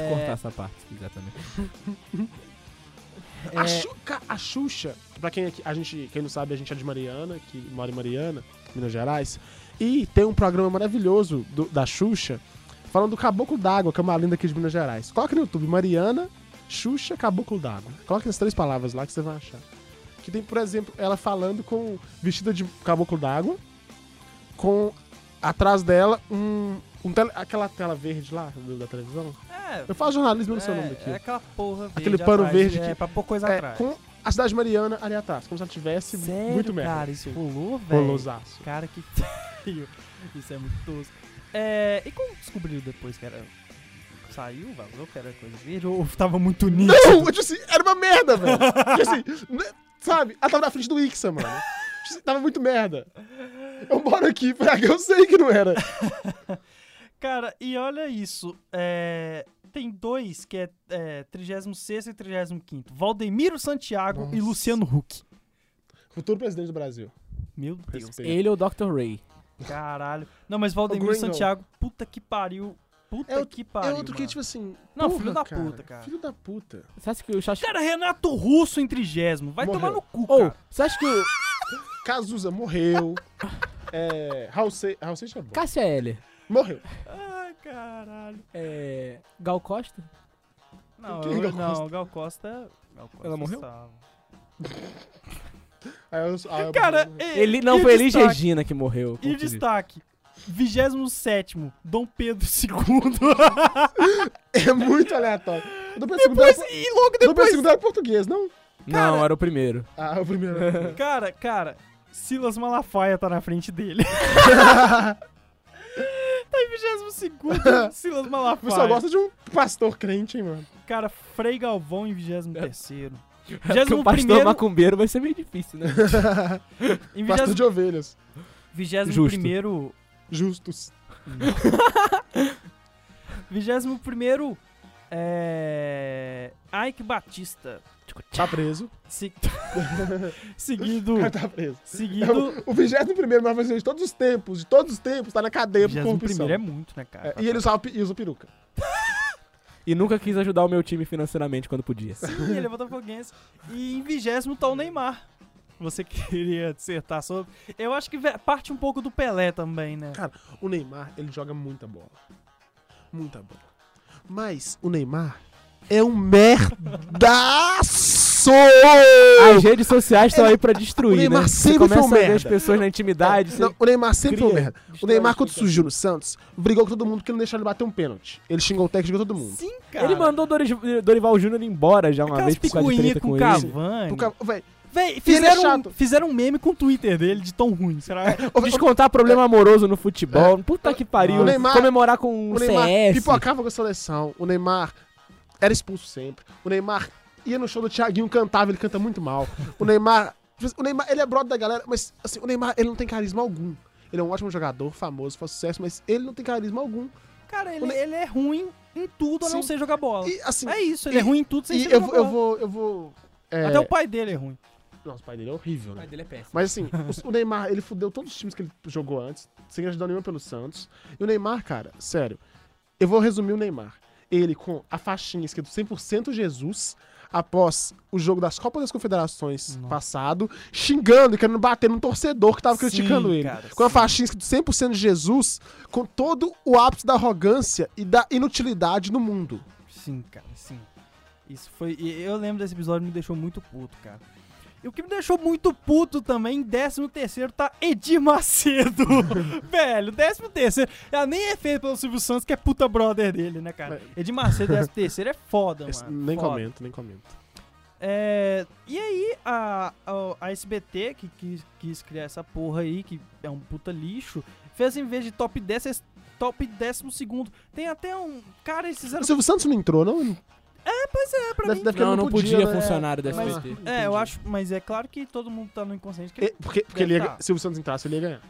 S1: É.
S2: cortar essa parte, se quiser também.
S4: A,
S1: É.
S4: Xu- ca- a Xuxa, pra quem, aqui- a gente, quem não sabe, a gente é de Mariana, que mora em Mariana, Minas Gerais. E tem um programa maravilhoso do- da Xuxa, falando do Caboclo d'Água, que é uma linda aqui de Minas Gerais. Coloca no YouTube, Mariana, Xuxa, Caboclo d'Água. Coloca as três palavras lá que você vai achar. Que tem, por exemplo, ela falando com vestida de Caboclo d'Água, com atrás dela um... um tele- aquela tela verde lá do- da televisão.
S1: É,
S4: Eu falo jornalismo, eu não sei
S1: é,
S4: o nome daqui.
S1: é aquela porra verde
S4: Aquele pano
S1: atrás,
S4: verde
S1: é,
S4: que-
S1: pra pôr coisa
S4: É,
S1: atrás.
S4: com a cidade mariana ali atrás, como se ela tivesse
S1: Sério,
S4: muito merda.
S1: cara, isso rolou, velho?
S4: Rolosaço.
S1: Cara, que feio. Isso é muito tosco. É, e como descobriu depois que era... Saiu, vazou, que era coisa verde? Ou tava muito nítido?
S4: Não, eu disse, assim, era uma merda, velho. Tipo assim, né, sabe? Ela tava na frente do Ixa, mano. Tipo assim, Tava muito merda. Eu moro aqui, fraga, eu sei que não era.
S1: Cara, e olha isso. é, tem dois que é, é 36 e 35. Valdemiro Santiago e
S4: Nossa.
S1: Luciano Huck.
S4: Futuro presidente do Brasil.
S1: Meu Deus. é
S4: Respeito.
S2: Ele ou Dr. Ray?
S1: Caralho. Não, mas Valdemiro
S4: Grindel.
S1: Santiago, puta que pariu. Puta
S4: É o-
S1: que
S4: É
S1: pariu.
S4: outro que,
S1: mano.
S4: tipo assim.
S1: Não,
S4: porra,
S1: filho da puta, cara.
S4: Filho da puta.
S2: Você acha que o Chacho...
S1: Cara, Renato Russo em trigésimo. Vai
S4: Morreu.
S1: tomar no cu,
S2: Ou,
S1: cara.
S2: você acha que o
S4: Cazuza morreu. é. Raul Se- Raul Seixas é bom.
S2: Cássia Heller
S4: Morreu.
S1: Ai, caralho.
S2: é Gal Costa?
S1: Não,
S4: Quem é
S1: eu,
S4: Gal
S1: não,
S4: Costa?
S1: Gal Costa... Gal Costa
S2: Ela morreu?
S1: estava.
S4: Aí eu- aí Ah, eu-
S1: Cara, e-
S2: Ele,
S1: e
S2: não,
S1: o
S2: foi Elis
S1: destaque?
S2: Regina que morreu.
S1: E o
S2: confundi.
S1: destaque. 27 Dom Pedro II.
S4: é muito aleatório. Do segundo
S1: Depois,
S4: era,
S1: e logo
S4: do
S1: depois.
S4: segundo era é português, não?
S2: Não, era o primeiro.
S4: Ah, o primeiro. era-
S1: Cara, cara, Silas Malafaia tá na frente dele. tá em 22 Silas
S4: Eu só
S1: Malafaia.
S4: gosta de um pastor crente, hein, mano.
S1: Cara, Frei Galvão em 23
S2: É. Porque o pastor
S1: 21º
S2: macumbeiro vai ser meio difícil, né?
S1: Em
S4: Pastor de ovelhas.
S1: 21
S4: Justos.
S1: 21 é... Ike Batista.
S4: Tá preso.
S1: Se- seguido.
S4: O cara tá preso. É
S1: Seguido.
S4: o- O 21 maior presidente de todos os tempos, de todos os tempos, tá na cadeia por
S1: 21
S4: corrupção.
S1: primeiro é muito, né, cara?
S4: É, e ele usava, pe- e usa peruca.
S2: E nunca quis ajudar o meu time financeiramente quando podia.
S1: Sim, ele é botafoguense. E em vigésimo tá o Neymar. Você queria dissertar sobre. Eu acho que ve- parte um pouco do Pelé também, né?
S4: Cara, o Neymar, ele joga muita bola. Muita bola. Mas o Neymar é um merdaço! começou!
S2: As redes sociais estão aí pra destruir,
S4: O Neymar
S2: né?
S4: sempre
S2: você começa
S4: foi um
S2: a ver
S4: merda.
S2: as pessoas na intimidade. você-
S4: Não, o Neymar sempre foi um
S2: cria,
S4: merda. O
S2: destrói
S4: Neymar,
S2: as
S4: quando
S2: expectativas.
S4: surgiu no Santos, brigou com todo mundo que não deixou ele bater um pênalti. Ele xingou o técnico, xingou todo mundo.
S1: Sim, cara.
S2: Ele mandou o Dorival, Dorival Júnior embora já uma
S1: Aquelas
S2: vez por causa de
S1: picuinhas
S2: treta
S1: com
S2: com,
S1: o
S2: ele.
S1: Cavani.
S4: Porque, véi,
S1: Véi,
S4: E ele é
S1: fizeram,
S4: chato. É.
S1: fizeram um meme com o Twitter dele de tão ruim, será?
S4: o- o-
S2: Descontar problema amoroso no futebol. Puta que pariu.
S4: É. O Neymar-
S2: comemorar com
S4: O
S2: um
S4: Neymar
S2: CS.
S4: pipocava com a seleção. O Neymar era expulso sempre. O Neymar ia no show do Thiaguinho, cantava, ele canta muito mal. O Neymar. O Neymar, ele é brother da galera, mas assim, o Neymar, ele não tem carisma algum. Ele é um ótimo jogador, famoso, faz sucesso, mas ele não tem carisma algum.
S1: Cara,
S4: O
S1: ele,
S4: Ne-
S1: ele é ruim em tudo a não
S4: Sim.
S1: ser jogar bola.
S4: E assim.
S1: é isso, ele é
S4: e-
S1: ruim em tudo sem
S4: e
S1: ser
S4: eu,
S1: jogar
S4: vou- eu
S1: bola.
S4: vou. Eu vou. é,
S1: Até o pai dele é ruim.
S4: Nossa, o pai dele é horrível, né?
S2: dele é péssimo.
S4: Mas assim, o- o Neymar, ele fudeu todos os times que ele jogou antes, sem ajudar nenhuma pelo Santos. E o Neymar, cara, sério, eu vou resumir o Neymar. Ele com a faixinha escrito 100% Jesus, após o jogo das Copas das Confederações passado, xingando e querendo bater num torcedor que tava
S1: Sim,
S4: criticando ele.
S1: cara,
S4: com a faixinha escrito 100% Jesus, com todo o ápice da arrogância e da inutilidade no mundo.
S1: Sim, cara, sim. Isso foi. e Eu lembro desse episódio, me deixou muito puto, cara. E o que me deixou muito puto também, em 13 terceiro, tá Edir Macedo. Velho, 13 terceiro. Ela nem é feita pelo Silvio Santos, que é puta brother dele, né, cara? Edir Macedo, 13 terceiro, é foda,
S4: Esse-
S1: mano.
S4: nem
S1: foda.
S4: comento, nem comento.
S1: É, e aí, a, a, a SBT, que quis, quis criar essa porra aí, que é um puta lixo, fez em vez de top 10, esse top 12 segundo. Tem até um... Cara, eles
S4: O
S1: fizeram...
S4: Silvio Santos não entrou, não?
S1: É, pra
S4: Deve-
S1: mim...
S4: deve- porque
S2: Não,
S4: não
S2: não podia,
S4: podia, né?
S2: funcionário da
S1: Mas-
S2: SBT.
S1: É, eu acho... Mas é claro que todo mundo tá no inconsciente. Que...
S4: É, Porque, porque ele ia,
S1: Deve tá.
S4: se o Silvio Santos entrasse, ele ia ganhar.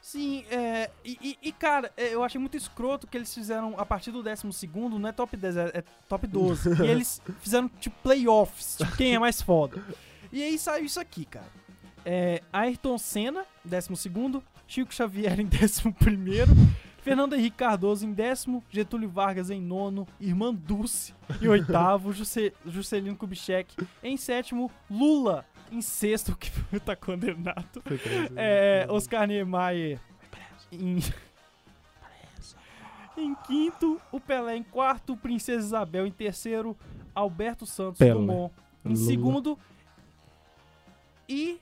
S1: Sim, é... E, e- e, cara, é, eu achei muito escroto que eles fizeram, a partir do 12 segundo, não é top 10, é, é top 12. e eles fizeram, tipo, playoffs. Tipo, quem é mais foda. E aí saiu isso aqui, cara. É, Ayrton Senna, 12º, Chico Xavier em 11º, Fernando Henrique Cardoso em décimo, Getúlio Vargas em nono, Irmã Dulce em oitavo, Jusce- Juscelino Kubitschek em sétimo, Lula em sexto, que tá condenado, é, Oscar Niemeyer em... em quinto, o Pelé em quarto, Princesa Isabel em terceiro, Alberto Santos
S2: Pelé.
S1: Dumont em
S2: Lula.
S1: segundo e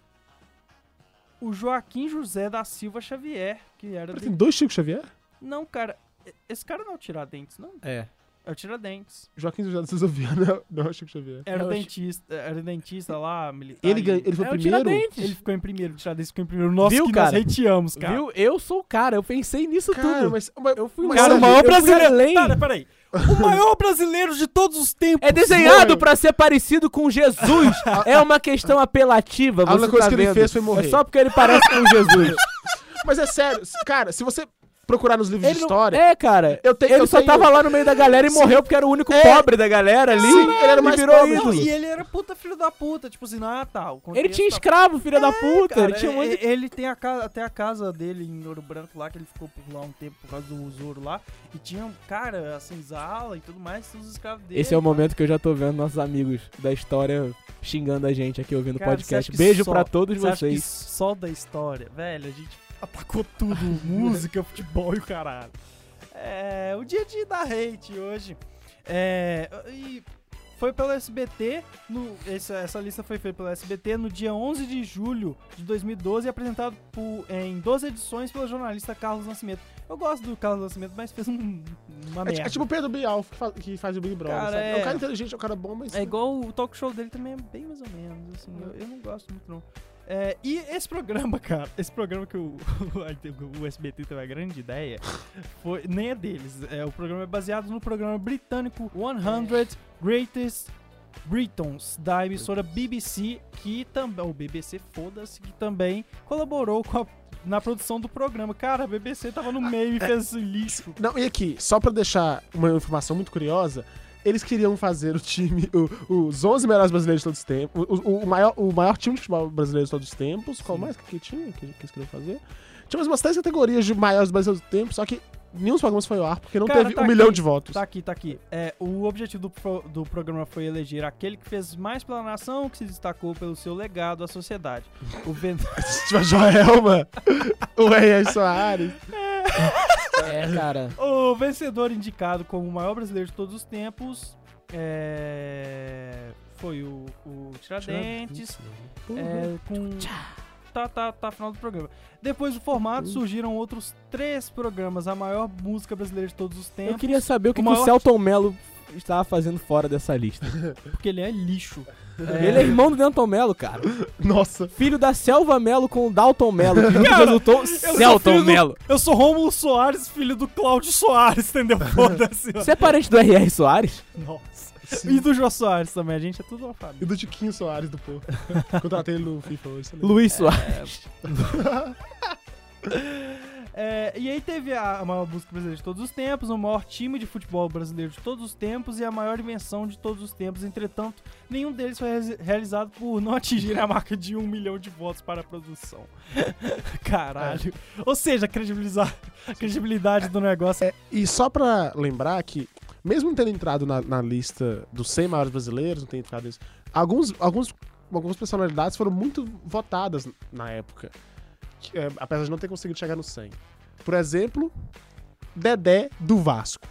S1: o Joaquim José da Silva Xavier, que era
S4: Ele
S1: do
S4: tem dois Chico Xavier?
S1: não, cara, e- esse cara não é o Tiradentes, não.
S2: É.
S1: É o Tiradentes.
S4: Joaquim José da Souza Viana não é o Chico Xavier.
S1: Era
S2: É, o Ti-
S1: dentista, era dentista lá, militar.
S4: Ele
S1: e-
S4: ganhou- ele foi
S1: É o
S4: primeiro?
S1: Tiradentes. Ele ficou em primeiro, o Tiradentes ficou em primeiro. Nossa,
S2: Viu,
S1: que
S2: cara?
S1: nós hateamos, cara.
S2: Viu? Eu sou o cara, eu pensei nisso tudo.
S4: mas, mas-
S2: Eu fui um
S4: mas
S1: Cara, o
S4: olha,
S2: Sério,
S1: maior
S2: eu fui
S1: brasileiro.
S2: além.
S1: Cara, peraí. O maior brasileiro de todos os tempos.
S2: É desenhado
S4: Mano.
S2: pra ser parecido com Jesus. é uma questão apelativa,
S4: A
S2: você
S4: única coisa
S2: tá
S4: que ele
S2: vendo.
S4: fez foi morrer.
S2: É só porque ele parece com Jesus.
S4: mas é sério, se- cara, se você procurar nos livros
S2: ele
S4: de
S2: não-
S4: história.
S2: É, cara.
S4: Eu tenho-
S2: ele
S4: eu
S2: só
S4: tenho-
S2: tava lá no meio da galera e morreu porque era o único
S4: É.
S2: pobre da galera ali.
S4: Sim, ele era o
S2: e
S4: mais
S2: virou
S4: pobre.
S2: ídolo.
S1: Não, e ele era puta filho da puta. Tipo assim, ah, tá. o
S2: Ele
S1: contexto
S2: tinha
S1: tá-
S2: escravo, filha
S4: É,
S2: da puta.
S1: Cara,
S2: ele tinha um monte
S1: e-
S2: de...
S1: ele tem a casa, até a casa dele em Ouro Branco lá, que ele ficou por lá um tempo por causa do usouro lá. E tinha, cara, a senzala e tudo mais, todos os escravos dele.
S2: Esse é o momento que eu já tô vendo nossos amigos da história xingando a gente aqui ouvindo o
S1: Cara, você acha
S2: podcast.
S1: que
S2: Beijo
S1: só-
S2: pra todos
S1: Você acha que
S2: vocês.
S1: só da história, velho, a gente atacou tudo, música, futebol e o caralho. É, o dia a dia da hate hoje. É, e foi pelo SBT, no, essa, essa lista foi feita pelo SBT no dia 11 de julho de 2012 e apresentado por- em 12 edições pelo jornalista Carlos Nascimento. Eu gosto do Carlos Nascimento, mas fez um, uma
S4: É, ti-
S1: merda.
S4: é tipo o Pedro Bial que faz, que faz o Big Brother.
S1: Cara,
S4: sabe? É...
S1: é.
S4: um cara inteligente, é um cara bom, mas.
S1: É igual o talk show dele também é bem mais ou menos, assim, eu, eu não gosto muito não. É, e esse programa, cara, esse programa que o, o SBT teve é a grande ideia, foi, nem é deles, é, o programa é baseado no programa britânico 100 Greatest Britons, da emissora BBC, que também, o BBC, foda-se, que também colaborou com a- na produção do programa. Cara, a BBC tava no meio e fez lixo.
S4: Não, e aqui, só pra deixar uma informação muito curiosa. Eles queriam fazer o time, o- os 11 melhores brasileiros de todos os tempos, o, o- o maior, o maior time de futebol brasileiro de todos os tempos. Qual mais que tinha que, que eles queriam fazer? Tinha mais umas três categorias de maiores brasileiros do tempo, só que nenhum dos programas foi ao ar, porque não
S1: Cara,
S4: teve
S1: tá
S4: um milhão
S1: aqui,
S4: de votos.
S1: Tá aqui, tá aqui. É, o objetivo do, pro- do programa foi eleger aquele que fez mais pela nação, que se destacou pelo seu legado à sociedade. O ven-
S4: Tipo, a Joelma, o R.R. Soares.
S2: É, cara.
S1: o vencedor indicado como o maior brasileiro de todos os tempos É, foi o, o Tiradentes,
S4: Porra.
S1: é,
S2: né?
S1: com... Tá, tá, tá, final do programa. Depois do formato, surgiram outros três programas. A maior música brasileira de todos os tempos.
S2: Eu queria saber o que,
S1: O
S2: que o
S1: maior-
S2: Celton Mello estava fazendo fora dessa lista.
S1: Porque ele é lixo.
S2: Ele é irmão do Denton Mello, cara.
S4: Nossa.
S2: Filho da Selva Mello com o Dalton Mello. que resultou
S1: sou
S2: Celton
S1: filho do-
S2: Mello.
S1: Eu sou Rômulo Soares, filho do Cláudio Soares, entendeu? Foda-se.
S2: Você é parente do R.R. Soares?
S1: Nossa.
S4: Sim.
S1: E do Jô Soares também, a gente é tudo uma família.
S4: E do Tiquinho Soares do povo. Contratei ele no FIFA hoje. você lembra?
S2: Luiz Soares.
S1: É, e aí teve a, a maior busca brasileira de todos os tempos, o maior time de futebol brasileiro de todos os tempos e a maior invenção de todos os tempos. Entretanto, nenhum deles foi reze- realizado por não atingir a marca de um milhão de votos para a produção. Caralho. Ou seja, credibilizar a credibilidade do negócio.
S4: É, e só pra lembrar que, mesmo não tendo entrado na, na lista dos 100 maiores brasileiros, não tem entrado nisso, alguns, alguns, algumas personalidades foram muito votadas na época, que, é, apesar de não ter conseguido chegar no 100. Por exemplo, Dedé do Vasco.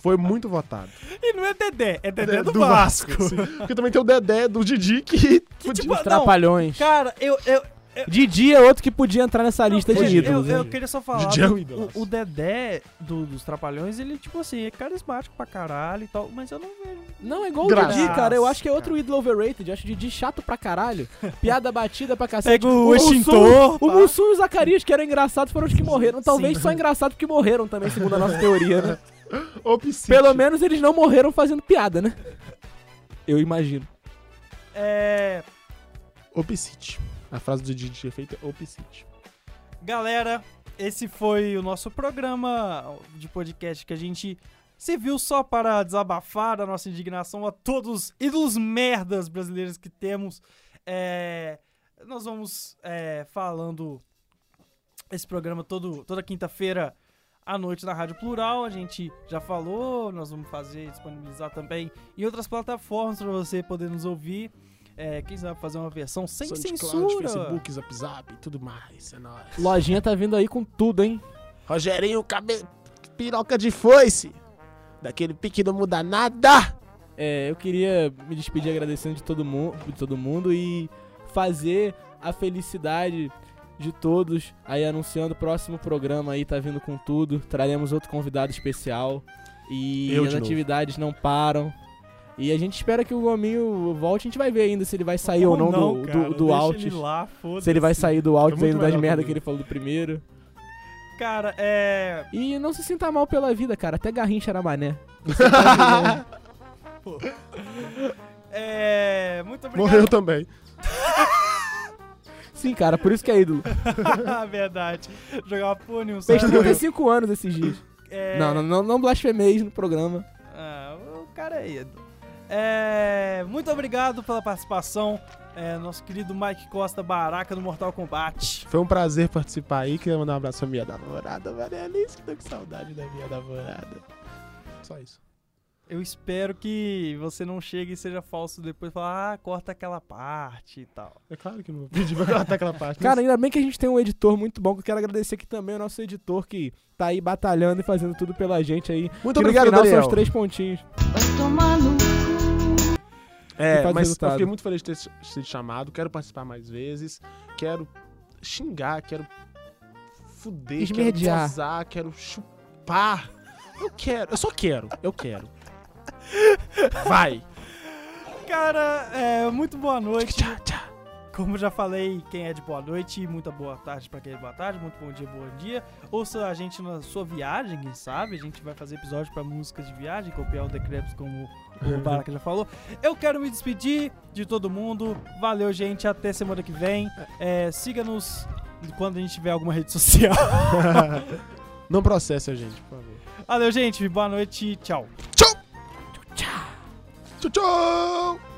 S4: Foi muito votado.
S1: E não é Dedé, é Dedé do, Vasco.
S4: Vasco. sim. Porque também tem o Dedé do Didi, que,
S1: Que, tipo,
S2: Os
S1: não,
S2: Trapalhões.
S1: cara, eu, eu,
S2: Didi é outro que podia entrar nessa lista
S1: eu,
S2: de ídolos.
S1: eu,
S2: hein?
S1: eu queria só falar.
S4: Didi é
S1: do-
S4: um ídolo.
S1: o, o Dedé do- dos Trapalhões, ele, tipo assim, é carismático pra caralho e tal, mas eu não vejo.
S2: Não, é igual
S4: Graças.
S2: o Didi, cara. Eu acho que é outro ídolo overrated. Eu acho o Didi chato pra caralho. Piada batida pra cacete.
S1: Pega Tipo, o
S2: Mussum-
S1: extintor,
S2: É, O
S1: pá.
S2: Mussum e o Zacarias, que eram engraçados, foram os que morreram. Talvez só engraçados porque morreram também, segundo a nossa teoria, né?
S4: o Psite.
S2: Pelo menos eles não morreram fazendo piada, né? Eu imagino.
S1: É.
S4: O Psite. A frase do Didi é feita o Psite.
S1: Galera, esse foi o nosso programa de podcast que a gente se viu só para desabafar a nossa indignação a todos os ídolos merdas brasileiros que temos. É, nós vamos é, falando esse programa todo, toda quinta-feira à noite na Rádio Plural. A gente já falou, nós vamos fazer, disponibilizar também em outras plataformas para você poder nos ouvir. É, quem sabe fazer uma versão sem
S4: SoundCloud,
S1: censura.
S4: Facebook, Zap Zap, tudo mais. É nóis.
S2: Lojinha tá vindo aí com tudo, hein?
S4: Rogerinho, cabe... piroca de foice. Daquele pique não muda nada.
S2: É, eu queria me despedir agradecendo de todo, mu de todo mundo e fazer a felicidade de todos aí anunciando o próximo programa aí, tá vindo com tudo. Traremos outro convidado especial e
S4: Eu de
S2: as
S4: novo.
S2: atividades não param. E a gente espera que o Gominho volte, a gente vai ver ainda se ele vai sair ou, não, do,
S1: cara,
S2: do, do
S1: deixa
S2: Altis.
S1: ele lá, foda-se.
S2: Se ele vai sair do Altis
S4: muito
S2: ainda das
S4: melhor
S2: merda
S4: comigo.
S2: que ele falou do primeiro.
S1: Cara, é.
S2: E não se sinta mal pela vida, cara. Até Garrincha era mané.
S1: É. Muito obrigado.
S4: Morreu também.
S2: Sim, cara, por isso que é ídolo.
S1: Verdade. Jogar pônei, um
S2: Fez
S1: Sandro.
S2: 35 anos esses dias.
S1: É...
S2: Não, não, não, não blasfemeis no programa.
S1: Ah, o cara é ido. É, muito obrigado pela participação, é, nosso querido Mike Costa Baraca do Mortal Kombat.
S4: Foi um prazer participar aí. Queria mandar um abraço pra minha namorada, Maria Alice, que tô com saudade da minha namorada. Só isso.
S1: Eu espero que você não chegue e seja falso depois e falar, ah, corta aquela parte e tal.
S4: É claro que não vou pedir pra cortar aquela parte.
S2: Cara, ainda bem que a gente tem um editor muito bom, que eu quero agradecer aqui também ao nosso editor que tá aí batalhando e fazendo tudo pela gente aí.
S4: muito
S2: Que
S4: obrigado,
S2: no final
S4: Daniel.
S2: são os três pontinhos.
S6: Vai tomar no
S2: que
S4: É,
S2: faz
S4: mas
S2: resultado.
S4: eu fiquei muito feliz de ter sido chamado. Quero participar mais vezes. Quero xingar, quero fuder,
S2: Esmerdear.
S4: quero gozar, quero chupar. Eu quero, eu só quero, eu quero. Vai!
S1: Cara, é, muito boa noite.
S4: Tchau, tchau.
S1: Como já falei, quem é de boa noite, muita boa tarde pra quem é de boa tarde, muito bom dia, bom dia. Ouça a gente na sua viagem, quem sabe? A gente vai fazer episódio pra músicas de viagem, copiar o Decreps como o Baraka já falou. Eu quero me despedir de todo mundo. Valeu, gente. Até semana que vem. É, Siga-nos quando a gente tiver alguma rede social.
S4: Não processa a gente, por favor.
S1: Valeu, gente. Boa noite. Tchau.
S4: Tchau, tchau!